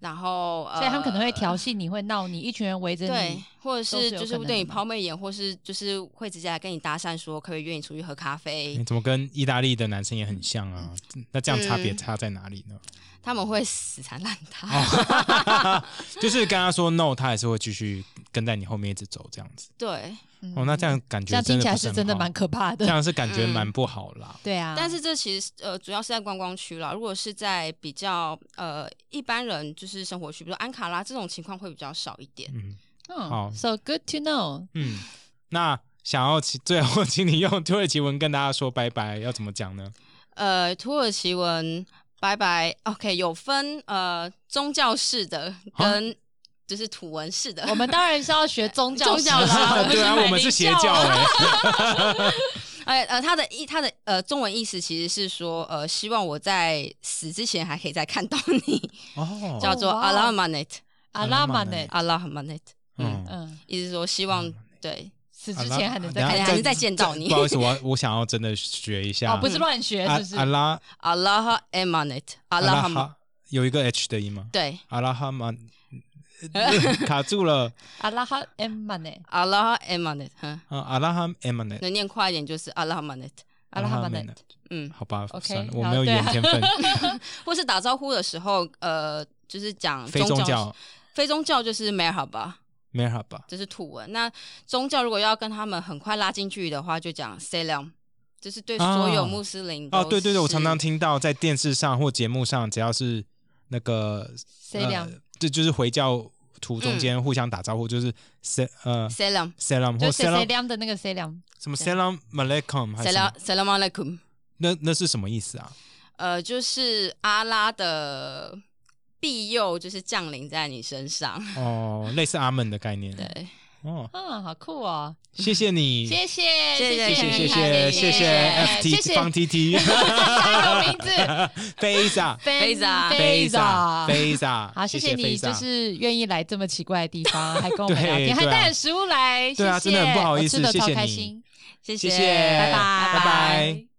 S4: 然后呃，
S1: 所以他们可能会调戏你，会闹你，一群人围着
S4: 对
S1: 你，，
S4: 或者
S1: 都是
S4: 是
S1: 有
S4: 就
S1: 可
S4: 是
S1: 能
S4: 对你
S1: 的嘛
S4: 抛媚眼，或是就是会直接来跟你搭讪说，可不可以约你出去喝咖啡
S1: 嗯
S2: 你？怎么跟意大利的男生也很像啊？那这样差别
S4: 嗯
S2: 差在哪里呢？ [LAUGHS]
S4: 他们会死缠烂打。
S2: 就是跟他说 no，他还是会继续跟在你后面一直走这样子。
S4: 对，
S2: 哦，那这样感
S3: 嗯这
S2: 觉
S3: 样听
S2: 真
S3: 起
S2: 的
S3: 来
S2: 不是
S3: 是
S2: 很
S3: 真的
S2: 好
S3: 蛮可怕
S2: 这
S3: 的。
S2: 样是感觉蛮不好啦。
S3: 对啊，
S4: 但是这其实呃，主要是在观光区啦。如果是在比较呃一般人就是生活区，比如说安卡拉这种情况会比较少一点。
S2: 嗯
S3: 嗯
S2: 好
S3: s o good to know。
S2: 嗯，那想要请最后，请你用土耳其文跟大家说拜拜，要怎么讲呢？
S4: 呃，土耳其文拜拜，OK，有分呃宗教式的跟就是土文式的。
S3: 我们当然是要学宗教
S4: [LAUGHS] 宗
S3: 史
S4: 教
S3: 啦 [LAUGHS]
S4: 啦
S2: [LAUGHS] 对啊，我们是邪教
S4: 啊
S2: 哎、
S4: 哎呃，他的意他的呃中文意思其实是说呃，希望我在死之前还可以再看到你，
S2: 哦，
S4: 叫做
S3: 哇
S4: Allah Manet，Allah
S3: 阿拉玛呢？
S4: Manet，
S2: 欸嗯，
S3: 欸嗯，
S4: 意思是说希望对
S3: 死之前还能再
S2: 啊
S4: 还
S3: 看
S2: 等
S3: 一下
S2: 一下
S4: 还能再见到你
S2: 不。好意思，我我想要真的学一下，
S3: 哦，不是乱学，
S2: 阿
S3: 是不是
S2: 阿？拉
S4: Allah Emanet，Allah
S2: 拉
S4: Ham，
S2: 哈有一个 H 的音吗？
S4: 对
S2: 阿拉
S3: [LAUGHS]
S2: 哈吗？卡住了
S3: 阿拉哈欸 M 玛呢？
S4: ，Allah Emanet，哼，
S2: 啊！阿拉哈 emanet，
S4: 嗯能念快一点就是 Allah Manet，
S3: 阿拉哈
S2: 欸
S3: 玛呢？
S4: 嗯，
S2: 好吧
S3: OK，
S2: 算了，我
S3: 好
S2: 没有语
S3: 对啊
S2: 言天
S3: [LAUGHS]
S2: 分，
S4: 或是打招呼的时候，呃，就是讲
S2: 非宗
S4: 教，
S2: 教
S4: 非宗教就是 m e r h a b a
S2: 没好吧？
S4: 这是土文。那宗教如果要跟他们很快拉近距离的话，就讲 Salam，就是对所有穆斯林都
S2: 哦，对对对，我常常
S4: 是
S2: 听到在电视上或节目上，只要是那个呃
S3: 谁两？
S2: 这就是回教徒中
S3: 嗯
S2: 间互相打招呼，就是 sal 呃
S4: Salam
S2: salam 或
S3: 就谁谁
S2: salam
S3: 亮的那个谁亮？
S2: 什么 salam malaikum 还是什
S4: Salam
S2: 么
S4: Salam Alaikum，
S2: 那那是什么意思啊？
S4: 呃，就是阿拉的庇佑，就是降临在你身上。
S2: 哦，类似阿门的概念。
S4: 对，
S2: 哦，
S3: 嗯，好酷哦！
S2: 谢谢你，
S3: 谢谢，
S4: 谢谢
S3: 谢
S2: 谢
S4: 谢
S2: 谢谢
S4: 谢
S2: 谢
S3: 谢
S2: FT
S3: 谢
S2: 方 TT
S3: 下一个名字
S2: Faza
S4: Feiza
S3: Feiza
S2: Faza，
S3: 好，谢谢你，就
S2: Feiza
S3: 是愿意来这么奇怪的地方，还跟我们聊
S2: 对
S3: 天，还
S2: 对啊
S3: 带了食物来，
S2: 对啊
S3: 谢
S2: 真
S3: 谢
S2: 的很不好意思
S3: 我吃的
S2: 谢
S3: 超
S2: 谢
S3: 开
S2: 你
S3: 心，
S4: 谢
S2: 谢谢
S4: 拜
S3: 拜
S2: 拜拜。